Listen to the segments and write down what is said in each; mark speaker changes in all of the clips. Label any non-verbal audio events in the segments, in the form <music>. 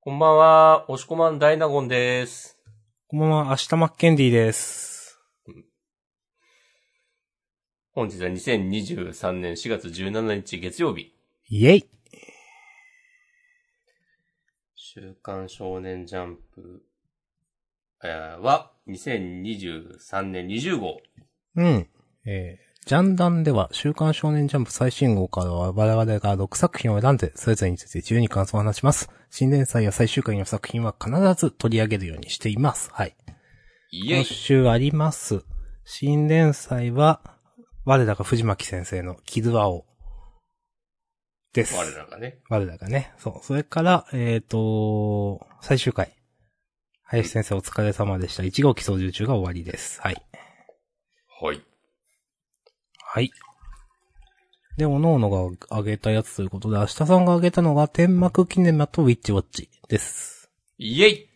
Speaker 1: こんばんは、押しこまんダイナゴンです。
Speaker 2: こんばんは、明日マッケンディです。
Speaker 1: 本日は2023年4月17日月曜日。
Speaker 2: イェイ
Speaker 1: 週刊少年ジャンプえーは2023年20号。
Speaker 2: うん。えー、ジャンダンでは、週刊少年ジャンプ最新号からは我々が6作品を選んで、それぞれについて自由に感想を話します。新連載や最終回の作品は必ず取り上げるようにしています。はい。
Speaker 1: イェ
Speaker 2: 今
Speaker 1: イ
Speaker 2: 週あります。新連載は、我らが藤巻先生のキルアオです。
Speaker 1: 我らがね。
Speaker 2: 我らがね。そう。それから、えっ、と、最終回。林先生お疲れ様でした。1号機操縦中が終わりです。はい。
Speaker 1: はい。
Speaker 2: はい。で、おのおのが挙げたやつということで、明日さんが挙げたのが、天幕キネマとウィッチウォッチです。
Speaker 1: イェイ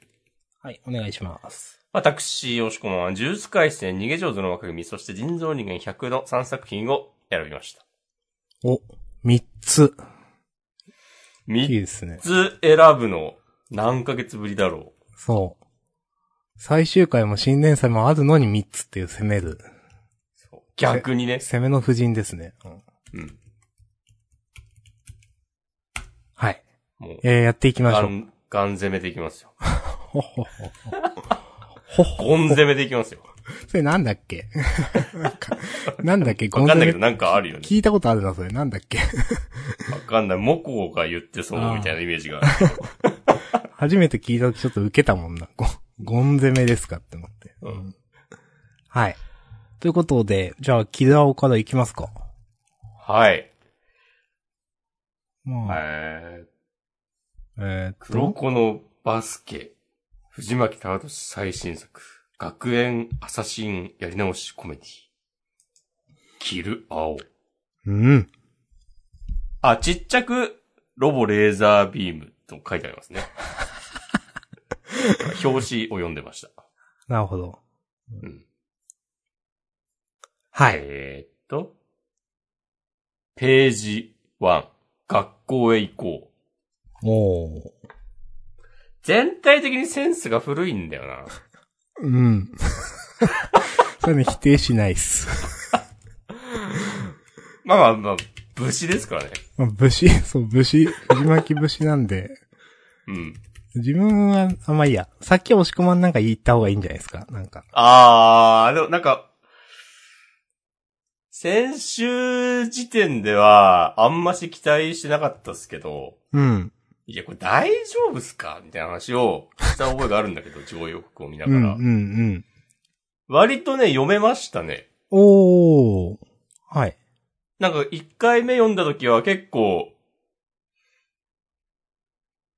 Speaker 2: はい、お願いします。
Speaker 1: 私、押しこまんは呪術回戦、逃げ上手の枠組み、そして人造人間100の3作品を選びました。
Speaker 2: お、三つ。いい
Speaker 1: 3
Speaker 2: ですね。
Speaker 1: つ選ぶの何ヶ月ぶりだろう。
Speaker 2: そう。最終回も新連載もあるのに三つっていう攻める。
Speaker 1: そう逆にね。
Speaker 2: 攻めの布陣ですね。うん
Speaker 1: うん。
Speaker 2: はい。
Speaker 1: もう、
Speaker 2: えー、やっていきまし
Speaker 1: ガ
Speaker 2: ょう。
Speaker 1: ン、ガン攻めていきますよ。
Speaker 2: ほほほ
Speaker 1: ゴン攻めていきますよ。
Speaker 2: それなんだっけ <laughs> なんだっけ
Speaker 1: わかんないけど
Speaker 2: ゴンザ
Speaker 1: なんかあるよ
Speaker 2: レ
Speaker 1: ね。
Speaker 2: 聞いたことあるな、それ。なんだっけ
Speaker 1: わかんない。モコが言ってそうみたいなイメージがある。
Speaker 2: 初めて聞いた時ちょっと受けたもんな。ゴン、ゴン攻めですかって思って。
Speaker 1: うん
Speaker 2: はい。ということで、じゃあ、キラオから行きますか。
Speaker 1: はい。
Speaker 2: まあ、
Speaker 1: えー、
Speaker 2: えー、
Speaker 1: 黒子のバスケ。藤巻隆俊最新作。学園アサシンやり直しコメディ。キル青。
Speaker 2: うん。
Speaker 1: あ、ちっちゃく、ロボレーザービームと書いてあり <laughs> ますね。表紙を読んでました。
Speaker 2: なるほど。
Speaker 1: うん
Speaker 2: はい。
Speaker 1: えーっと。ページ1。学校へ行こう。
Speaker 2: おー。
Speaker 1: 全体的にセンスが古いんだよな。
Speaker 2: うん。 <laughs> そういうの否定しないっす。
Speaker 1: まあまあまあ、武士ですからね。
Speaker 2: まあ、武士、そう、武士、藤巻武士なんで、
Speaker 1: うん。
Speaker 2: 自分は、あ、まあいいや。さっき押し込まんなんか言った方がいいんじゃないですか。なんか。
Speaker 1: あー、でもなんか、先週時点では、あんまし期待してなかったっすけど、
Speaker 2: うん。
Speaker 1: いや、これ大丈夫っすかみたいな話をした覚えがあるんだけ <laughs> ど、上予告を見な
Speaker 2: う
Speaker 1: が
Speaker 2: ん、う
Speaker 1: ら。
Speaker 2: ん、うん。
Speaker 1: 割とね、読めましたね。
Speaker 2: おー。はい。
Speaker 1: なんか、一回目読んだ時は結構、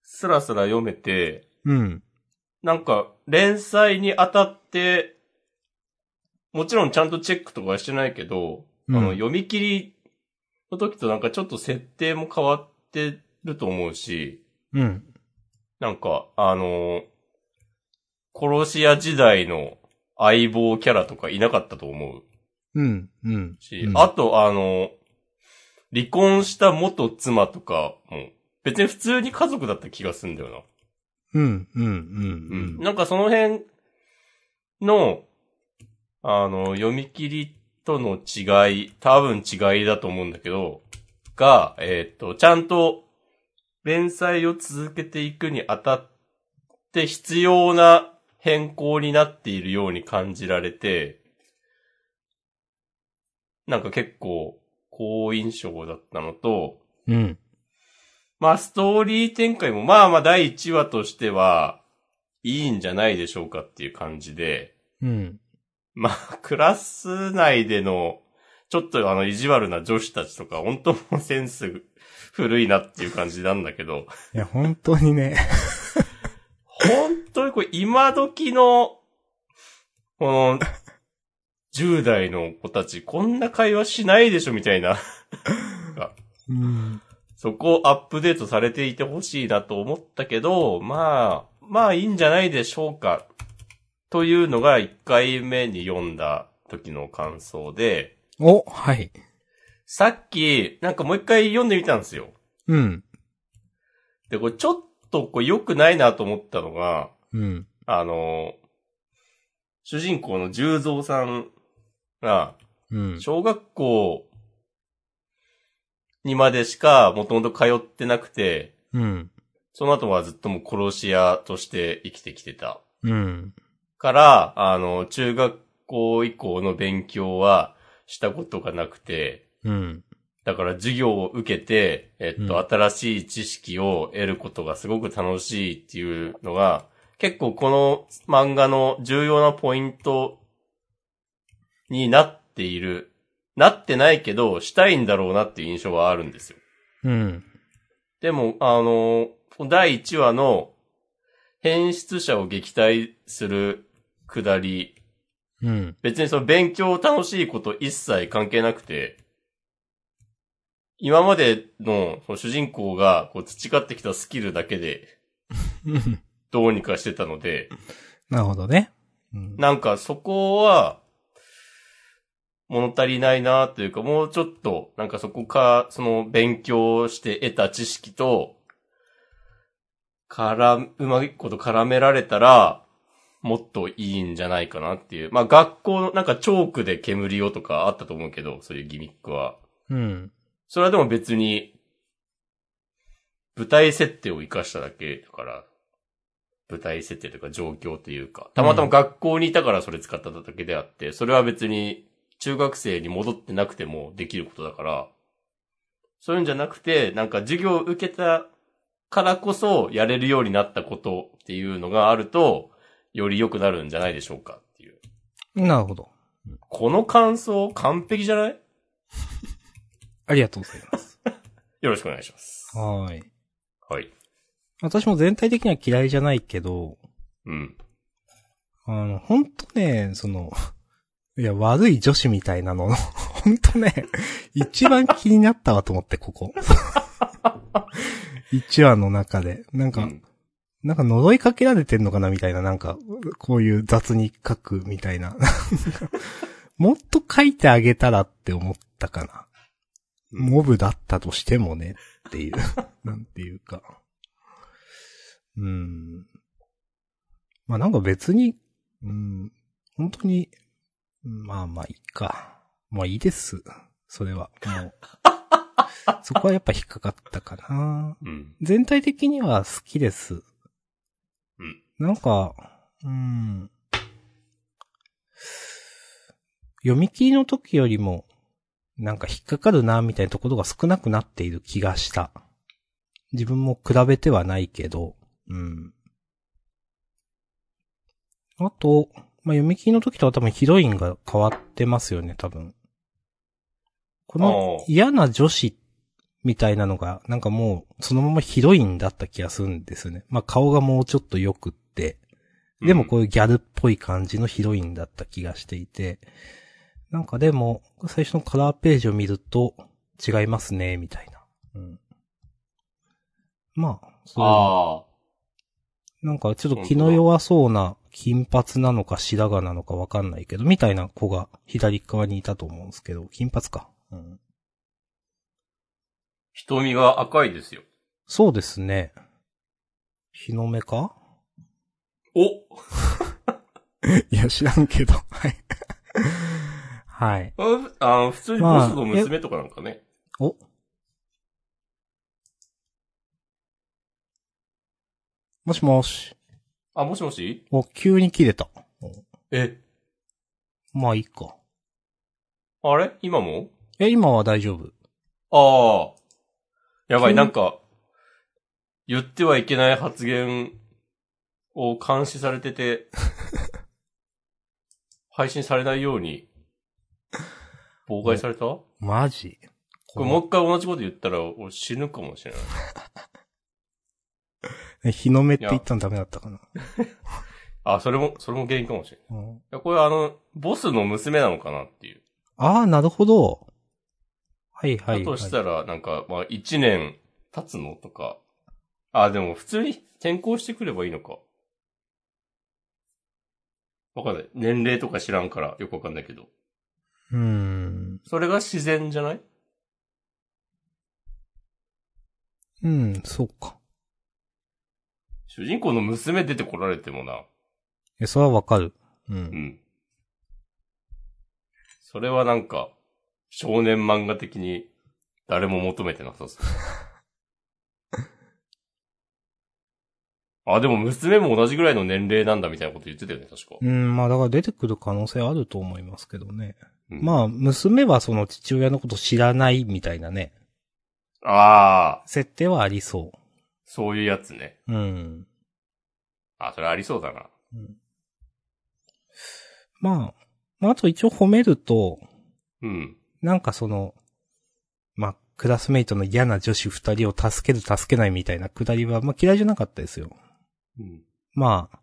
Speaker 1: スラスラ読めて、
Speaker 2: うん。
Speaker 1: なんか、連載に当たって、もちろんちゃんとチェックとかはしてないけど、
Speaker 2: うん
Speaker 1: あの、読み切りの時となんかちょっと設定も変わってると思うし、
Speaker 2: うん。
Speaker 1: なんか、あの殺し屋時代の相棒キャラとかいなかったと思う
Speaker 2: うん、うん。
Speaker 1: し、
Speaker 2: うん
Speaker 1: あと、あの離婚した元妻とかも、別に普通に家族だった気がするんだよな。
Speaker 2: うん、うん、うん、うん。
Speaker 1: なんかその辺の、あの、読み切りとの違い、多分違いだと思うんだけど、が、えーっと、ちゃんと連載を続けていくにあたって必要な変更になっているように感じられて、なんか結構好印象だったのと、
Speaker 2: うん。
Speaker 1: まあ、ストーリー展開も、まあまあ、第1話としては、いいんじゃないでしょうかっていう感じで、
Speaker 2: うん。
Speaker 1: まあ、クラス内での、ちょっとあの、意地悪な女子たちとか、本当もうセンス古いなっていう感じなんだけど、
Speaker 2: いや、本当にね。 <laughs>
Speaker 1: 本当にこれ、今時の、この、10代の子たち、こんな会話しないでしょみたいな、
Speaker 2: うん。
Speaker 1: そこをアップデートされていてほしいなと思ったけど、まあ、まあいいんじゃないでしょうか。というのが1回目に読んだ時の感想で、
Speaker 2: お、はい。
Speaker 1: さっき、なんかもう一回読んでみたんですよ。
Speaker 2: うん。
Speaker 1: で、これちょっとこう良くないなと思ったのが、
Speaker 2: うん。
Speaker 1: あの、主人公の十蔵さんが、
Speaker 2: うん。
Speaker 1: 小学校にまでしかもともと通ってなくて、
Speaker 2: うん。
Speaker 1: その後はずっともう殺し屋として生きてきてた。
Speaker 2: うん。
Speaker 1: から、あの、中学校以降の勉強はしたことがなくて、
Speaker 2: うん。
Speaker 1: だから授業を受けて、えっと、
Speaker 2: うん
Speaker 1: 新しい知識を得ることがすごく楽しいっていうのが、結構この漫画の重要なポイントになっている。なってないけど、したいんだろうなっていう印象はあるんですよ。
Speaker 2: うん。
Speaker 1: でも、あの、第1話の変質者を撃退するくだり、
Speaker 2: うん。 <laughs>
Speaker 1: 別にその勉強楽しいこと一切関係なくて、今までのその主人公がこう培ってきたスキルだけでどうにかしてたので、
Speaker 2: なるほどね。うん。
Speaker 1: なんかそこは物足りないなというか、もうちょっとなんかそこか、その勉強して得た知識と、からん、うまいこと絡められたら、もっといいんじゃないかなっていう。まあ学校のなんかチョークで煙をとかあったと思うけど、そういうギミックは。
Speaker 2: うん。
Speaker 1: それはでも別に、舞台設定を活かしただけだから、舞台設定というか状況というか、たまたま学校にいたからそれ使っただけであって、それは別に中学生に戻ってなくてもできることだから、そういうんじゃなくて、なんか授業を受けたからこそやれるようになったことっていうのがあると、より良くなるんじゃないでしょうかっていう。
Speaker 2: なるほど。
Speaker 1: この感想完璧じゃない
Speaker 2: ありがとうござい
Speaker 1: <laughs>
Speaker 2: ます。
Speaker 1: よろしくお願いします。
Speaker 2: はーい。
Speaker 1: はい。
Speaker 2: 私も全体的には嫌いじゃないけど、
Speaker 1: うん。
Speaker 2: あの、ほんとね、その、いや、悪い女子みたいなの、 <laughs> ほんとね、一番気になったわと思って、こ <laughs> こ。一話の中で。なん
Speaker 1: う
Speaker 2: か、
Speaker 1: ん。
Speaker 2: なんか呪いかけられてんのかなみたいな、なんか、こういう雑に書くみたいな。 <laughs> なんかもっと書いてあげたらって思ったかな。モブだったとしてもね、っていう、 <laughs> なんていうか。うん。まあなんか別に、うん、本当に、まあまあいいか。まあいいです。それは。もうそこはやっぱ引っかかったかな。
Speaker 1: うん。
Speaker 2: 全体的には好きです。
Speaker 1: うん
Speaker 2: なんか、うん。読み切りの時よりも、なんか引っかかるな、みたいなところが少なくなっている気がした。自分も比べてはないけど、うん。あと、まあ、読み切りの時とは多分ヒロインが変わってますよね、多分。この
Speaker 1: ああ
Speaker 2: 嫌な女子みたいなのが、なんかもう、そのままヒロインだった気がするんですよね。まあ、顔がもうちょっと良くって。でもこういうギャルっぽい感じのヒロインだった気がしていて、なんかでも、最初のカラーページを見ると違いますね、みたいな。うん。まあ、そ
Speaker 1: ああ。
Speaker 2: う。なんかちょっと気の弱そうな金髪なのか白髪なのかわかんないけど、みたいな子が左側にいたと思うんですけど、金髪か。うん。
Speaker 1: 瞳が赤いですよ。
Speaker 2: そうですね。日の目か
Speaker 1: お
Speaker 2: <laughs> いや、知らんけど。はい。 <laughs> はい。
Speaker 1: ああの、普通にボスの娘とかなんかね。
Speaker 2: おもしもし。
Speaker 1: あ、もしもし
Speaker 2: お、急に切れた。
Speaker 1: え、
Speaker 2: まあ、いいか。
Speaker 1: あれ今も
Speaker 2: え、今は大丈夫。
Speaker 1: ああ。やば
Speaker 2: 急
Speaker 1: い、
Speaker 2: に
Speaker 1: なんか、言ってはいけない発言を監視されて
Speaker 2: <laughs>
Speaker 1: て、配信されないように、妨害されたこ
Speaker 2: マジ
Speaker 1: れもう一回同じこと言ったら、俺死ぬかもしれない。
Speaker 2: え日の目って言ったのダメだったかな。
Speaker 1: あ、それも、それも原因かもしれない。
Speaker 2: うん
Speaker 1: いや、これあの、ボスの娘なのかなっていう。
Speaker 2: ああ、なるほど。はいはい、はい。
Speaker 1: だとしたら、なんか、まあ、一年経つのとか。あ、でも普通に転校してくればいいのか。わかんない。年齢とか知らんからよくわかんないけど。
Speaker 2: うーん。
Speaker 1: それが自然じゃない
Speaker 2: うん、そうか。
Speaker 1: 主人公の娘出てこられてもな。
Speaker 2: え、それはわかる。う。
Speaker 1: うんん。それはなんか、少年漫画的に誰も求めてなさそう。
Speaker 2: <laughs>
Speaker 1: あ、でも娘も同じぐらいの年齢なんだみたいなこと言ってたよね、確か。
Speaker 2: うん、まあだから出てくる可能性あると思いますけどね。
Speaker 1: うん
Speaker 2: まあ、娘はその父親のこと知らないみたいなね、
Speaker 1: ああ、
Speaker 2: 設定はありそ
Speaker 1: そういうやつね。
Speaker 2: う。うん。
Speaker 1: あ、それありそうだな。
Speaker 2: まあ、まああと一応褒めると、
Speaker 1: うん。
Speaker 2: なんかその、まあ、クラスメイトの嫌な女子二人を助ける助けないみたいなくだりは、まあ嫌いじゃなかったですよ。
Speaker 1: うん。
Speaker 2: まあ、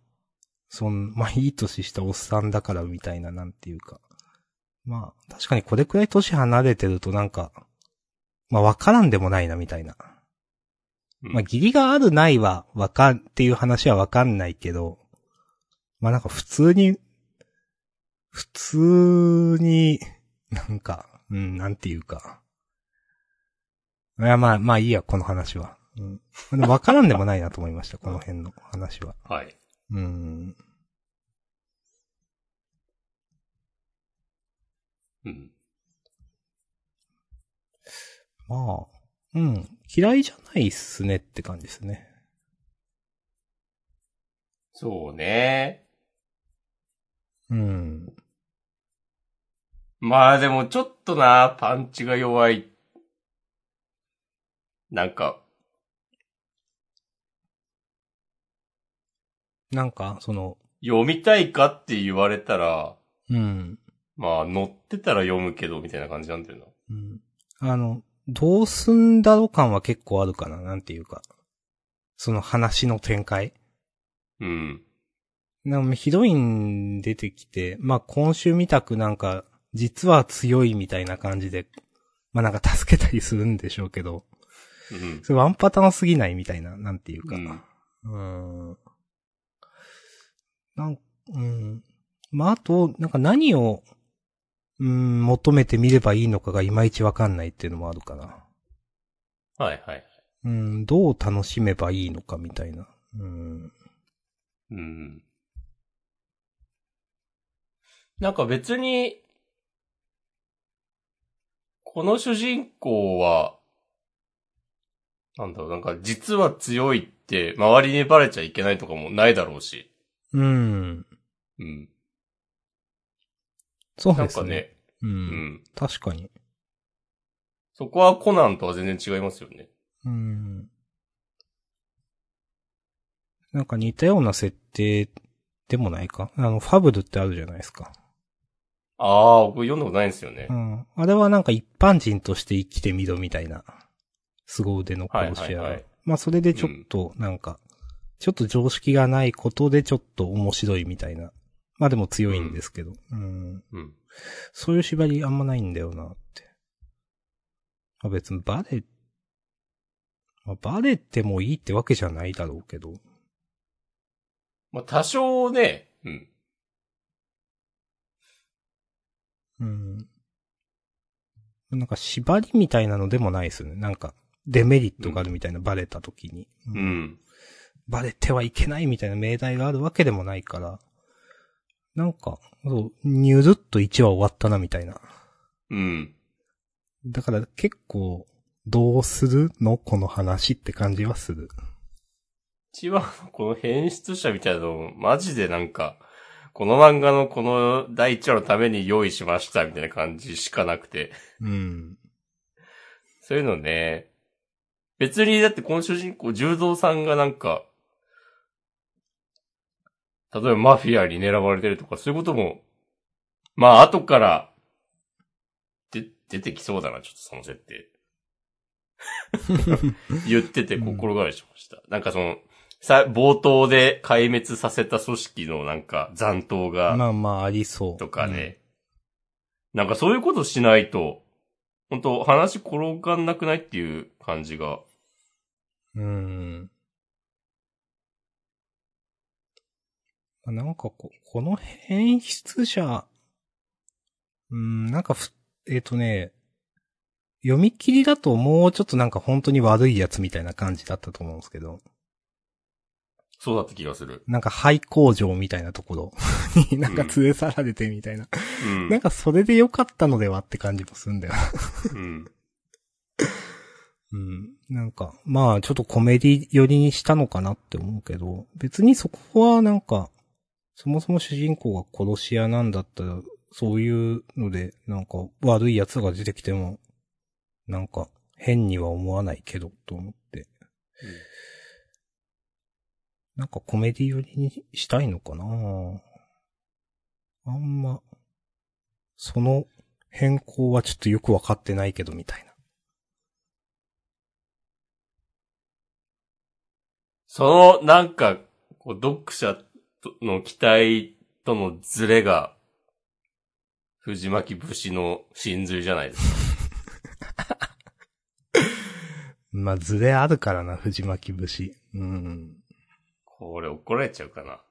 Speaker 2: そん、 <laughs> まあいい年したおっさんだからみたいななんていうか。まあ、確かにこれくらい年離れてるとなんか、まあわからんでもないなみたいな。
Speaker 1: うん
Speaker 2: まあ、義理があるないは、わかん、っていう話はわかんないけど、まあ、なんか普通に、普通に、なんか、うん、なんていうか。いや、まあ、まあいいや、この話は。うん。まあでもわからんでもないなと思いました、この辺の話は。
Speaker 1: はい。
Speaker 2: うん。
Speaker 1: うん。
Speaker 2: まあ、うん、嫌いじゃないっすねって感じですね。
Speaker 1: そうね。
Speaker 2: うん。
Speaker 1: まあでもちょっとな、パンチが弱い。なんか、
Speaker 2: なんか、その、
Speaker 1: 読みたいかって言われたら、
Speaker 2: うん。
Speaker 1: まあ乗ってたら読むけど、みたいな感じなんだよ
Speaker 2: うんあの、どうすんだろ感は結構あるかな、なんていうか。その話の展開。
Speaker 1: な。うん。
Speaker 2: なんかヒロイン出てきて、まあ今週見たくなんか、実は強いみたいな感じで、まあなんか助けたりするんでしょうけど、
Speaker 1: うん。
Speaker 2: それワンパターンすぎないみたいな、なんていうか。
Speaker 1: うん
Speaker 2: うん。なん、うん。まあ、あと、なんか何を、うん、求めてみればいいのかがいまいちわかんないっていうのもあるかな。
Speaker 1: はいはい。
Speaker 2: うん、どう楽しめばいいのかみたいな。うん。
Speaker 1: うん。なんか別に、この主人公は、なんだろう、なんか実は強いって周りにバレちゃいけないとかもないだろうし。
Speaker 2: うん。
Speaker 1: うん。
Speaker 2: そう
Speaker 1: なん
Speaker 2: です
Speaker 1: か
Speaker 2: ね。
Speaker 1: ね、
Speaker 2: う。
Speaker 1: うんん。
Speaker 2: 確かに。
Speaker 1: そこはコナンとは全然違いますよね。
Speaker 2: うん。なんか似たような設定でもないかあの、ファブルってあるじゃないですか。
Speaker 1: ああ、僕読んだことないんですよね
Speaker 2: う。ん。あれはなんか一般人として生きてみろみたいな、凄腕の殺し
Speaker 1: はい
Speaker 2: 屋
Speaker 1: はいは
Speaker 2: が
Speaker 1: い。
Speaker 2: まあそれでちょっとなんか、ちょっと常識がないことでちょっと面白いみたいな。まあでも強いんですけど。うん
Speaker 1: うん。
Speaker 2: そういう縛りあんまないんだよなって。まあ、別にバレ、まあ、バレてもいいってわけじゃないだろうけど。
Speaker 1: まあ多少ね、うん。
Speaker 2: うん。なんか縛りみたいなのでもないですよね。なんか、デメリットがあるみたいな、バレた時に、う
Speaker 1: うんん。
Speaker 2: バレてはいけないみたいな命題があるわけでもないから。なんか、そう、ニュルっと1話終わったなみたいな。
Speaker 1: うん。
Speaker 2: だから結構、どうするのこの話って感じはする。
Speaker 1: 一番この変質者みたいなの、マジでなんか、この漫画のこの第一話のために用意しましたみたいな感じしかなくて。
Speaker 2: うん。
Speaker 1: そういうのね、別にだってこの主人公、柔道さんがなんか、例えばマフィアに狙われてるとか、そういうことも、まあ後から、で、出てきそうだな、ちょっとその設定。言ってて心変わりしました。なんかその、さ、冒頭で壊滅させた組織のなんか残党が、
Speaker 2: まあまあ、ありそう。
Speaker 1: とかね。なんかそういうことしないと、本当話転がんなくないっていう感じが。
Speaker 2: うん。うん。まあなんかこ、この変質者、うん、なんかふ、えっ、とね、読み切りだともうちょっとなんか本当に悪いやつみたいな感じだったと思うんですけど、
Speaker 1: そうだった気がする。
Speaker 2: なんか廃工場みたいなところになんか連れ去られてみたいな。
Speaker 1: うん。
Speaker 2: なんかそれで良かったのではって感じもするんだよな。
Speaker 1: うん。
Speaker 2: うん。なんか、まあちょっとコメディ寄りにしたのかなって思うけど、別にそこはなんか、そもそも主人公が殺し屋なんだったら、そういうので、なんか悪い奴が出てきても、なんか変には思わないけど、と思って。なんかコメディ寄りにしたいのかなあんま、その変更はちょっとよくわかってないけどみたいな。
Speaker 1: その、なんか、こう読者との期待とのズレが、藤巻武士の真髄じゃないですか。
Speaker 2: まあ、ズレあるからな、藤巻節。うん。
Speaker 1: これ怒られちゃうかな。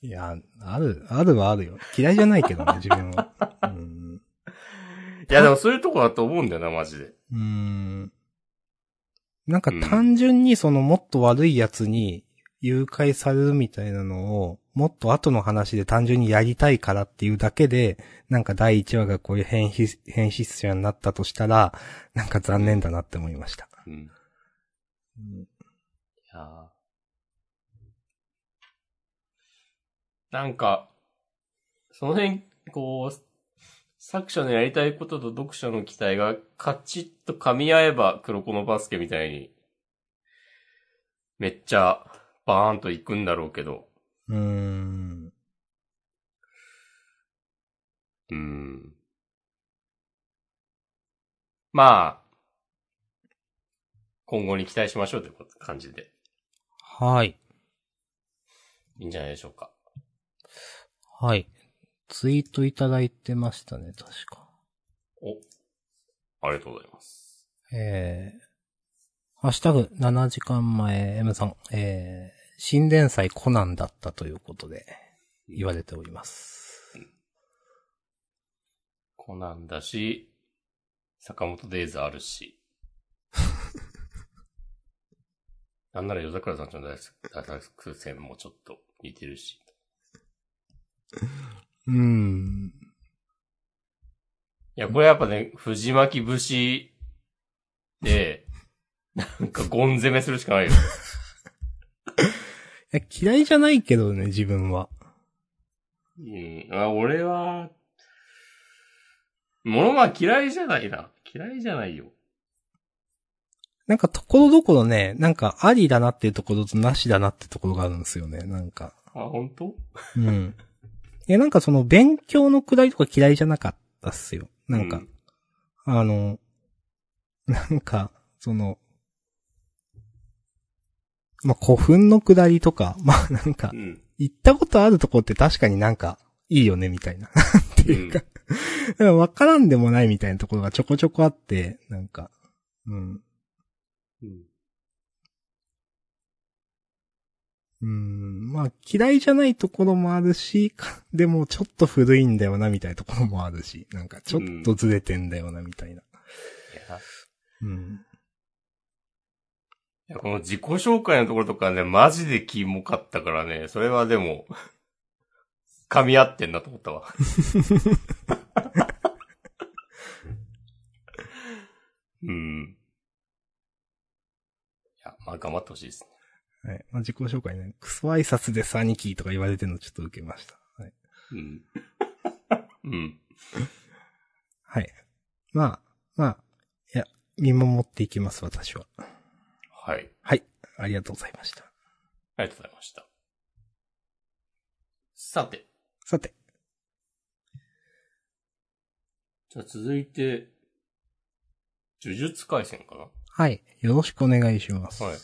Speaker 2: いや、ある、あるはあるよ。嫌いじゃないけどね、自分は。うん。
Speaker 1: いや、でもそういうとこだと思うんだよな、マジで。
Speaker 2: うん。なんか単純にそのもっと悪い奴に誘拐されるみたいなのを、もっと後の話で単純にやりたいからっていうだけで、なんか第1話がこういう変質、変質者になったとしたら、なんか残念だなって思いました。
Speaker 1: うん。いやーなんか、その辺、こう、作者のやりたいことと読者の期待がカチッと噛み合えば黒子のバスケみたいに、めっちゃバーンといくんだろうけど、
Speaker 2: うーん。
Speaker 1: うん。まあ、今後に期待しましょうということ感じで
Speaker 2: はい。
Speaker 1: いいんじゃないでしょうか。
Speaker 2: はい。ツイートいただいてましたね、確か。
Speaker 1: お、ありがとうございます。
Speaker 2: えー、ハッシュタグ7時間前 M さん、えー、新連載コナンだったということで言われております。
Speaker 1: コナンだし、坂本デイズある <laughs> し。なんなら夜桜さんちの大作戦もちょっと似てるし。
Speaker 2: うーん。
Speaker 1: いや、これやっぱね、藤巻武士で、なんかゴン攻めするしかないよ。
Speaker 2: いや嫌いじゃないけどね、自分は。
Speaker 1: うん。あ、俺は、物は嫌いじゃないな。嫌いじゃないよ。
Speaker 2: なんかところどころね、なんかありだなっていうところとなしだなってところがあるんですよね、なんか。
Speaker 1: あ、本当
Speaker 2: うん。いや、なんかその勉強のくだりとか嫌いじゃなかったっすよ。なんか、
Speaker 1: う
Speaker 2: あの、なんか、その、まあ、古墳の下りとか、 <laughs> まあ、なんか
Speaker 1: う、ん。
Speaker 2: 行ったことあるとこって確かになんか、いいよね、みたいな。 <laughs> っていうか、なんかわからんでもないみたいなところがちょこちょこあって、なんか、うん。
Speaker 1: うん。
Speaker 2: うーん、まあ嫌いじゃないところもあるし、 <laughs> かでもちょっと古いんだよなみたいなところもあるし、なんかちょっとずれてんだよなみたいな。
Speaker 1: いや
Speaker 2: うん。
Speaker 1: いやこの自己紹介のところとかね、マジでキモかったからね、それはでも、噛み合ってんなと思ったわ。うん。いや、まあ頑張ってほしいですね。
Speaker 2: はい。まあ自己紹介ね、クソ挨拶です兄貴とか言われてるのちょっと受けました。はい。
Speaker 1: うん。うん。
Speaker 2: はい。まあ、まあ、いや、見守っていきます私は。
Speaker 1: はい。
Speaker 2: はい。ありがとうございました。
Speaker 1: ありがとうございました。さて、
Speaker 2: さて、
Speaker 1: じゃあ続いて、呪術回戦かな
Speaker 2: はい。よろしくお願いします。
Speaker 1: はい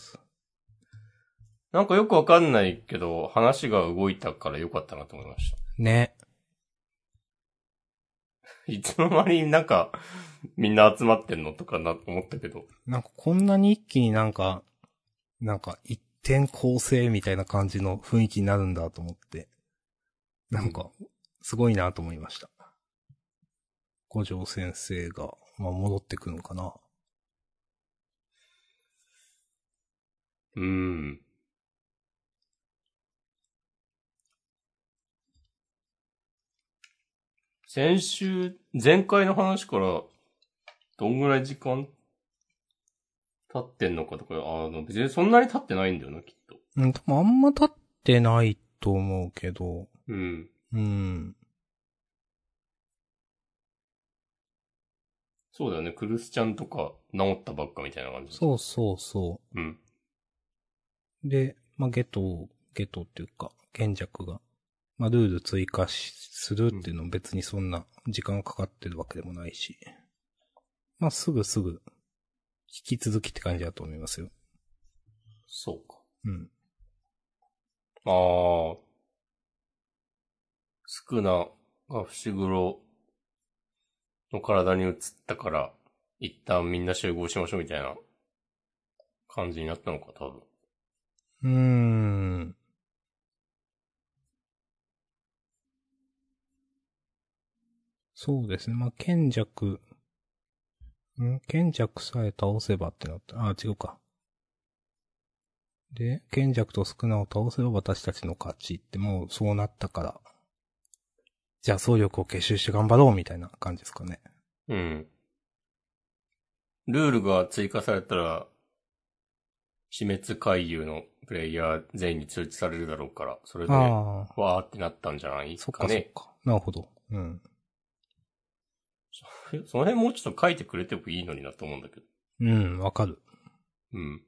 Speaker 1: なんかよくわかんないけど、話が動いたからよかったなと思いました。
Speaker 2: ね。
Speaker 1: いつの間になんか、みんな集まってんのとかな、思ったけど。
Speaker 2: なんかこんなに一気になんか、なんか一点構成みたいな感じの雰囲気になるんだと思って、なんか、すごいなと思いました。五条先生が、まあ、戻ってくるのかな。
Speaker 1: うん。先週、前回の話から、どんぐらい時間経ってんのかとか、あの、別にそんなに経ってないんだよな、きっと。
Speaker 2: うん、でもあんま経ってないと思うけど、
Speaker 1: うん。
Speaker 2: うん。
Speaker 1: そうだよね、クルスちゃんとか治ったばっかみたいな感じ。う。
Speaker 2: そうそうそ
Speaker 1: うん。
Speaker 2: う。で、まあ、ゲト、ゲトっていうか、賢弱が、まあ、ルール追加しするっていうのも別にそんな時間かかってるわけでもないし、まあ、すぐすぐ、引き続きって感じだと思いますよ。
Speaker 1: そうか。
Speaker 2: うん。
Speaker 1: ああ。スクナが伏黒の体に移ったから、一旦みんな集合しましょうみたいな感じになったのか、多分。
Speaker 2: うーん。そうですね。まあ、賢弱。ん賢弱さえ倒せばってなった。あ、違うか。で、賢弱と宿儺を倒せば私たちの勝ちってもうそうなったから。じゃあ総力を結集して頑張ろうみたいな感じですかね。
Speaker 1: うん。ルールが追加されたら、死滅回遊のプレイヤー全員に通知されるだろうから、それで、わ
Speaker 2: ああ、
Speaker 1: ーってなったんじゃないです
Speaker 2: そっ
Speaker 1: か
Speaker 2: かそっ
Speaker 1: ね。
Speaker 2: か。なるほど。うん。
Speaker 1: その辺もうちょっと書いてくれてもいいのになと思うんだけど。
Speaker 2: うん、わかる。
Speaker 1: うん。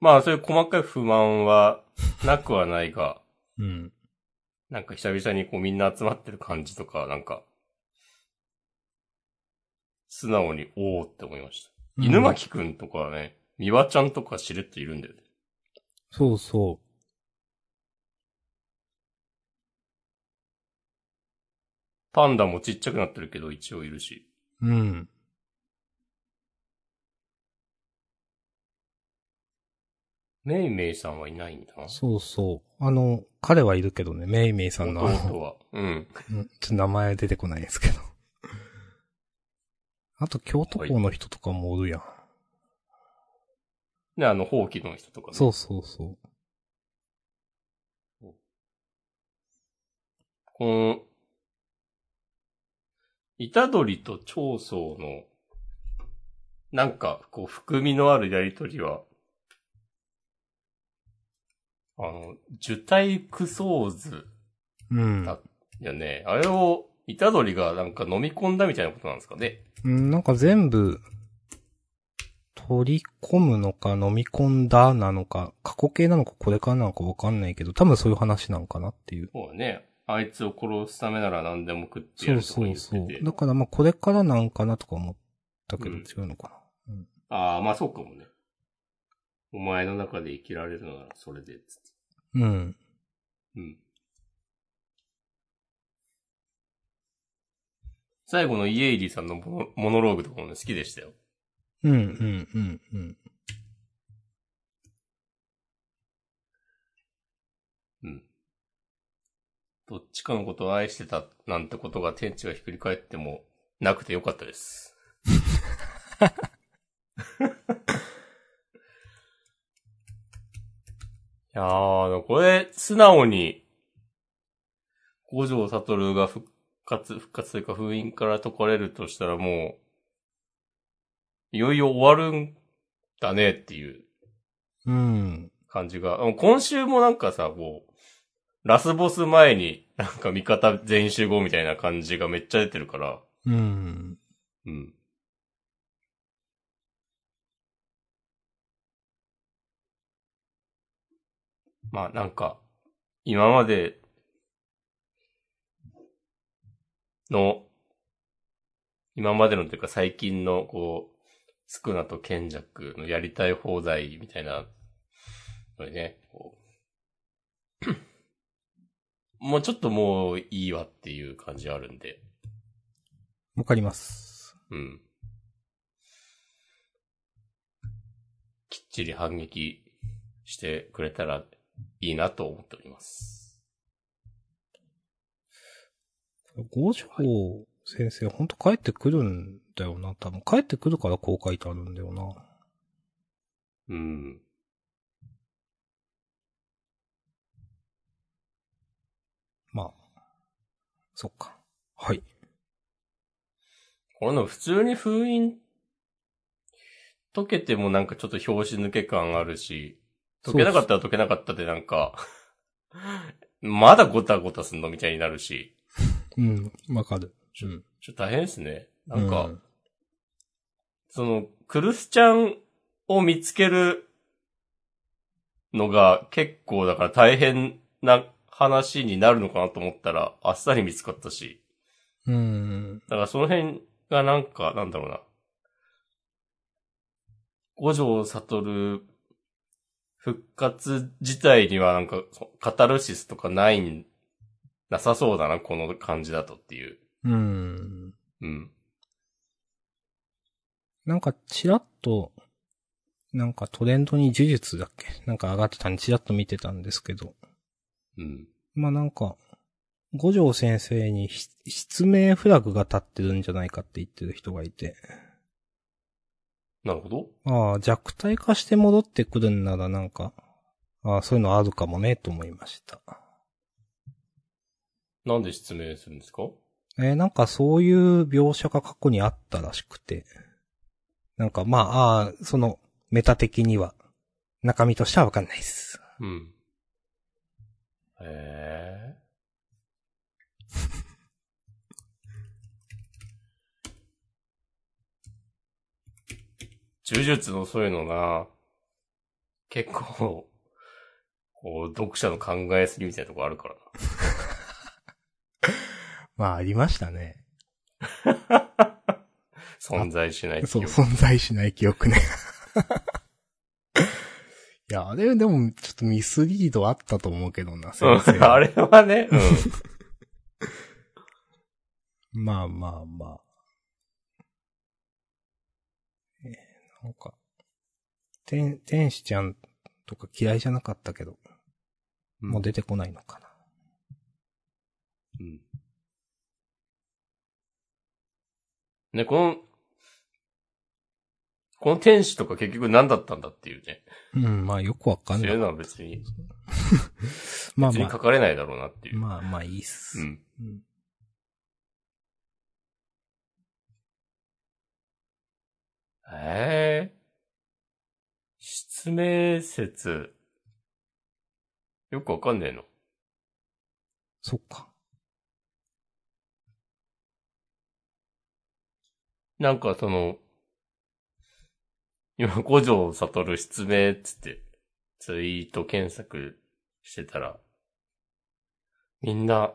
Speaker 1: まあ、そういう細かい不満はなくはないが、 <laughs>
Speaker 2: うん。
Speaker 1: なんか久々にこうみんな集まってる感じとか、なんか、素直に、おーって思いました。犬巻くんとかはね、美和ちゃんとかしれっといるんだよね。
Speaker 2: そうそう。
Speaker 1: パンダもちっちゃくなってるけど一応いるし。
Speaker 2: うん。
Speaker 1: メイメイさんはいないんだな。
Speaker 2: そうそう。あの、彼はいるけどね、メイメイさんの、あの
Speaker 1: 弟は。うん。
Speaker 2: うんちょっと名前出てこないですけど。 <laughs> あと、京都校の人とかもおるやん。
Speaker 1: ね、あの、放棄の人とか、ね。
Speaker 2: そうそうそ
Speaker 1: この、虎取と長宗の、なんか、こう、含みのあるやりとりは、あの、受胎クソーズ
Speaker 2: う。うん。
Speaker 1: あやね、あれを、虎取がなんか飲み込んだみたいなことなんですかね。
Speaker 2: うん、なんか全部、取り込むのか飲み込んだなのか、過去形なのかこれからなのかわかんないけど、多分そういう話なんかなっていう。
Speaker 1: そうだね。あいつを殺すためなら何でも食ってや
Speaker 2: そう
Speaker 1: るとか
Speaker 2: そ
Speaker 1: 言っ
Speaker 2: う
Speaker 1: てて。
Speaker 2: そう。だからまあこれからなんかなとか思ったけど
Speaker 1: うん
Speaker 2: 違うのかな。
Speaker 1: ああ、まあそうかもね。お前の中で生きられるならそれで、つって。
Speaker 2: うん。
Speaker 1: うん。最後のイエイリーさんのモノモノローグとかもね、好きでしたよ。
Speaker 2: うん、うん、うん、うん。
Speaker 1: うん。どっちかのことを愛してたなんてことが天地がひっくり返ってもなくてよかったです。いやー、でもこれ、素直に、五条悟が復活、復活というか封印から解かれるとしたらもう、いよいよ終わるんだねっていう
Speaker 2: うん。
Speaker 1: 感じが。うん今週もなんかさ、こう、ラスボス前になんか味方全員集合みたいな感じがめっちゃ出てるから。
Speaker 2: うん。
Speaker 1: うん。まあなんか、今までの、今までのというか最近のこう、スクナと賢弱のやりたい放題みたいな、のにね、こうもうちょっともういいわっていう感じあるんで。
Speaker 2: わかります。
Speaker 1: うん。きっちり反撃してくれたらいいなと思っております。
Speaker 2: 五条先生、ほんと帰ってくるんだよな、多分。帰ってくるからこう書いてあるんだよな。
Speaker 1: うん。
Speaker 2: まあ、そっか。はい。
Speaker 1: この普通に封印、溶けてもなんかちょっと拍子抜け感あるし、溶けなかったら溶けなかったでなんか、 <laughs> まだゴタゴタすんのみたいになるし、
Speaker 2: うん、わかる。うん。
Speaker 1: ちょっと大変ですね。なんか、
Speaker 2: うん
Speaker 1: その、クルスちゃんを見つけるのが結構だから大変な話になるのかなと思ったら、あっさり見つかったし、
Speaker 2: うん。
Speaker 1: だからその辺がなんか、なんだろうな。五条悟復活自体にはなんか、そカタルシスとかないん、なさそうだな、この感じだとっていう。
Speaker 2: うん。
Speaker 1: うん。
Speaker 2: なんか、ちらっと、なんかトレンドに呪術だっけなんか上がってたんで、ちらっと見てたんですけど。
Speaker 1: うん。
Speaker 2: まあなんか、五条先生にひ失明フラグが立ってるんじゃないかって言ってる人がいて。
Speaker 1: なるほど。
Speaker 2: ああ、弱体化して戻ってくるんならなんか、ああ、そういうのあるかもね、と思いました。
Speaker 1: なんで失明するんですか
Speaker 2: えーなんかそういう描写が過去にあったらしくて。なんかまあ、ああ、その、メタ的には、中身としてはわかんないです。
Speaker 1: うん。へえ。呪術のそういうのな、結構、こう、読者の考えすぎみたいなとこあるからな。
Speaker 2: まあ、ありましたね。
Speaker 1: 存在しない
Speaker 2: そう、
Speaker 1: う。
Speaker 2: 存在しない記憶ね。 <laughs> いや、あれ、でも、ちょっとミスリードあったと思うけどな、先生。
Speaker 1: ん、 <laughs> あれはね、
Speaker 2: <laughs>
Speaker 1: うん。
Speaker 2: まあまあまあ。えーなんか、天、天使ちゃんとか嫌いじゃなかったけど、もう出てこないのかな。
Speaker 1: うん。ね、この、この天使とか結局何だったんだっていうね。
Speaker 2: うん、まあよくわかん
Speaker 1: そう
Speaker 2: ない
Speaker 1: いう。のは別に、
Speaker 2: まあ
Speaker 1: 別に
Speaker 2: ま
Speaker 1: 書
Speaker 2: あ、
Speaker 1: かれないだろうなっていう。
Speaker 2: まあまあいいっす。
Speaker 1: うん。
Speaker 2: うん
Speaker 1: へえ。失明説。よくわかんねえの。
Speaker 2: そっか。
Speaker 1: なんかその、今、五条悟失明っつって、ツイート検索してたら、みんな、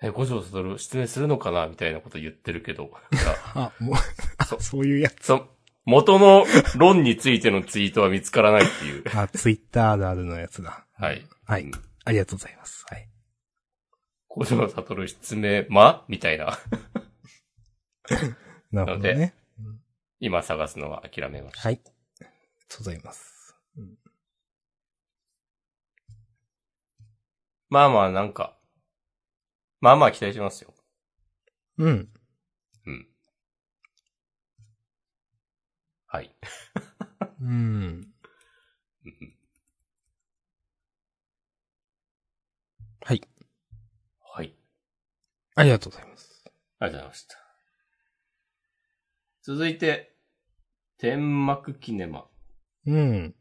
Speaker 1: え、五条悟失明するのかなみたいなこと言ってるけど、なんか <laughs>
Speaker 2: あ、もう、
Speaker 1: そ
Speaker 2: あ、そういうやつ。
Speaker 1: そ、元の論についてのツイートは見つからないっていう。
Speaker 2: あ、ツイッターあるあるのやつだ。
Speaker 1: はい。
Speaker 2: は
Speaker 1: う
Speaker 2: い
Speaker 1: ん。
Speaker 2: ありがとうございます。はい。
Speaker 1: 五条悟失明、まみたいな。
Speaker 2: なるほど
Speaker 1: なの
Speaker 2: ね。
Speaker 1: 今探すのは諦めました。
Speaker 2: はい。ありがとうございます。
Speaker 1: まあまあなんか、まあまあ期待しますよ。
Speaker 2: うん。
Speaker 1: うん。はい。
Speaker 2: うん。はい。
Speaker 1: はい。
Speaker 2: ありがとうございます。
Speaker 1: ありがとうございました。続いて、天幕キネマ。
Speaker 2: うん。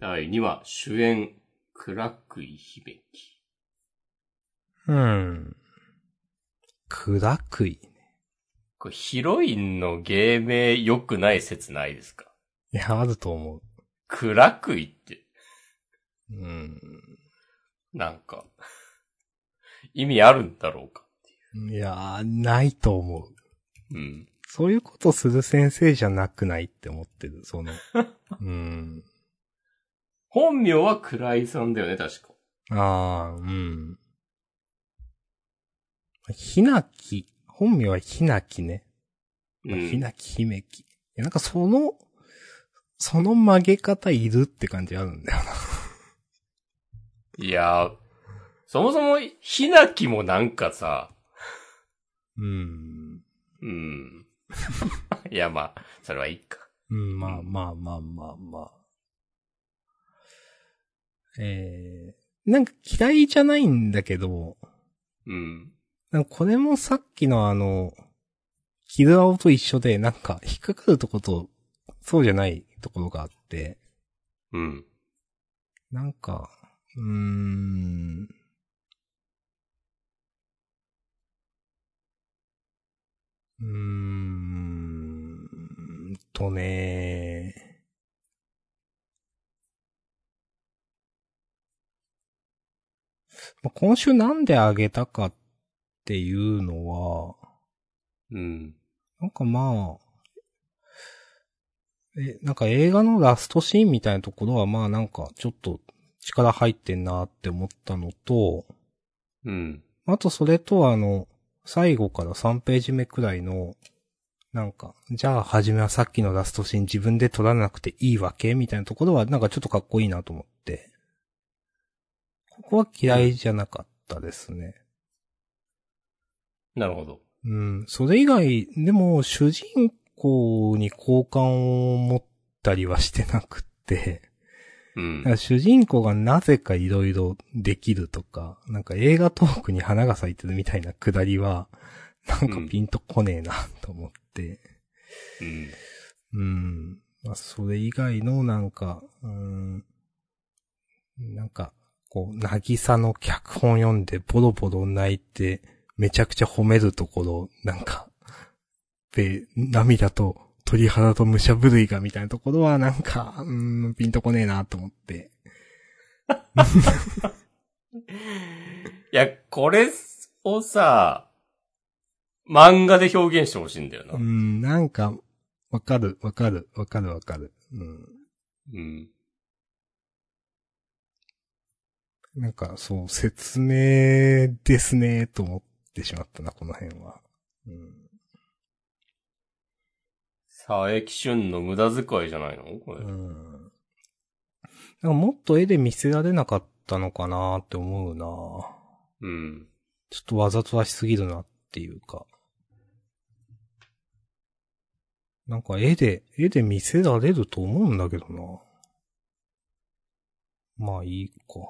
Speaker 1: 第2話、主演、暗くい響き。
Speaker 2: うん。暗くい。
Speaker 1: これ、ヒロインの芸名良くない説ないですか
Speaker 2: いや、あると思う。
Speaker 1: 暗くいって、
Speaker 2: うん。
Speaker 1: なんか、意味あるんだろうか。
Speaker 2: いやー、ないと思う。
Speaker 1: うん。
Speaker 2: そういうことする先生じゃなくないって思ってる、その。うん。
Speaker 1: 本名は暗いさんだよね、確か。
Speaker 2: ああ、うん。ひなき、本名はひなきね。まあ
Speaker 1: うん
Speaker 2: ひなき、ひめき。いや、なんかその、その曲げ方いるって感じあるんだよな。
Speaker 1: いやー、そもそも、ひなきもなんかさ、
Speaker 2: うん。
Speaker 1: うん。 <laughs> いや、まあ、それはいいか。
Speaker 2: うん、まあまあまあまあまあ。えー、なんか嫌いじゃないんだけど、
Speaker 1: うん。
Speaker 2: なんかこれもさっきのあの、キルアオと一緒で、なんか引っかかるとこと、そうじゃないところがあって、
Speaker 1: うん。
Speaker 2: なんか、うーん。うーんとねまあ今週なんであげたかっていうのは、
Speaker 1: うん。
Speaker 2: なんかまあ、え、なんか映画のラストシーンみたいなところはまあなんかちょっと力入ってんなって思ったのと、
Speaker 1: うん。
Speaker 2: あとそれとあの、最後から3ページ目くらいの、なんか、じゃあ初めはさっきのラストシーン自分で撮らなくていいわけみたいなところはなんかちょっとかっこいいなと思って。ここは嫌いじゃなかったですね。
Speaker 1: なるほど。
Speaker 2: うん、それ以外、でも主人公に好感を持ったりはしてなくって、
Speaker 1: うん
Speaker 2: だか。ら主人公がなぜかいろいろできるとか、なんか映画トークに花が咲いてるみたいなくだりは、なんかピンとこねえなと思って、
Speaker 1: うん。
Speaker 2: うん、まあそれ以外のなんか、うん、なんか、こう、なぎさの脚本読んでボロボロ泣いて、めちゃくちゃ褒めるところ、なんか、で、涙と鳥肌と武者震いがみたいなところは、なんか、うーん、ピンとこねえなと思って。
Speaker 1: いや、これをさ、漫画で表現してほしいんだよな。
Speaker 2: うーん、なんか、わかる、わかる、わかる、わかる。うん。
Speaker 1: うん。
Speaker 2: なんか、そう、説明ですね、と思ってしまったな、この辺は。うん。
Speaker 1: 佐伯俊の無駄遣いじゃないのこれ。
Speaker 2: うん。なんかもっと絵で見せられなかったのかなって思うな
Speaker 1: うん。
Speaker 2: ちょっとわざとらしすぎるなっていうか。なんか絵で、絵で見せられると思うんだけどな。まあいいか。っ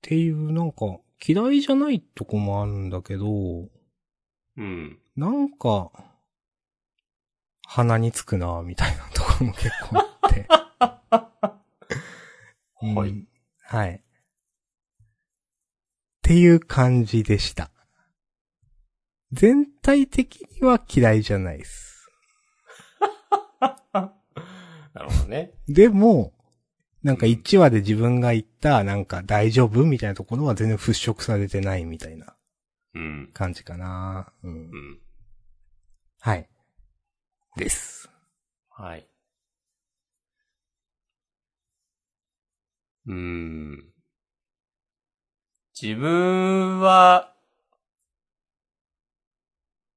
Speaker 2: ていう、なんか、嫌いじゃないとこもあるんだけど、
Speaker 1: うん。
Speaker 2: なんか、鼻につくなみたいなところも結構あ <laughs> って。うん
Speaker 1: はい。
Speaker 2: はい。っていう感じでした。全体的には嫌いじゃないです。
Speaker 1: なるほどね。
Speaker 2: でも、なんか1話で自分が言った、なんか大丈夫みたいなところは全然払拭されてないみたいな
Speaker 1: うん。
Speaker 2: 感じかなう
Speaker 1: う。
Speaker 2: ん
Speaker 1: ん。
Speaker 2: はい。です。
Speaker 1: はい。うーん。自分は、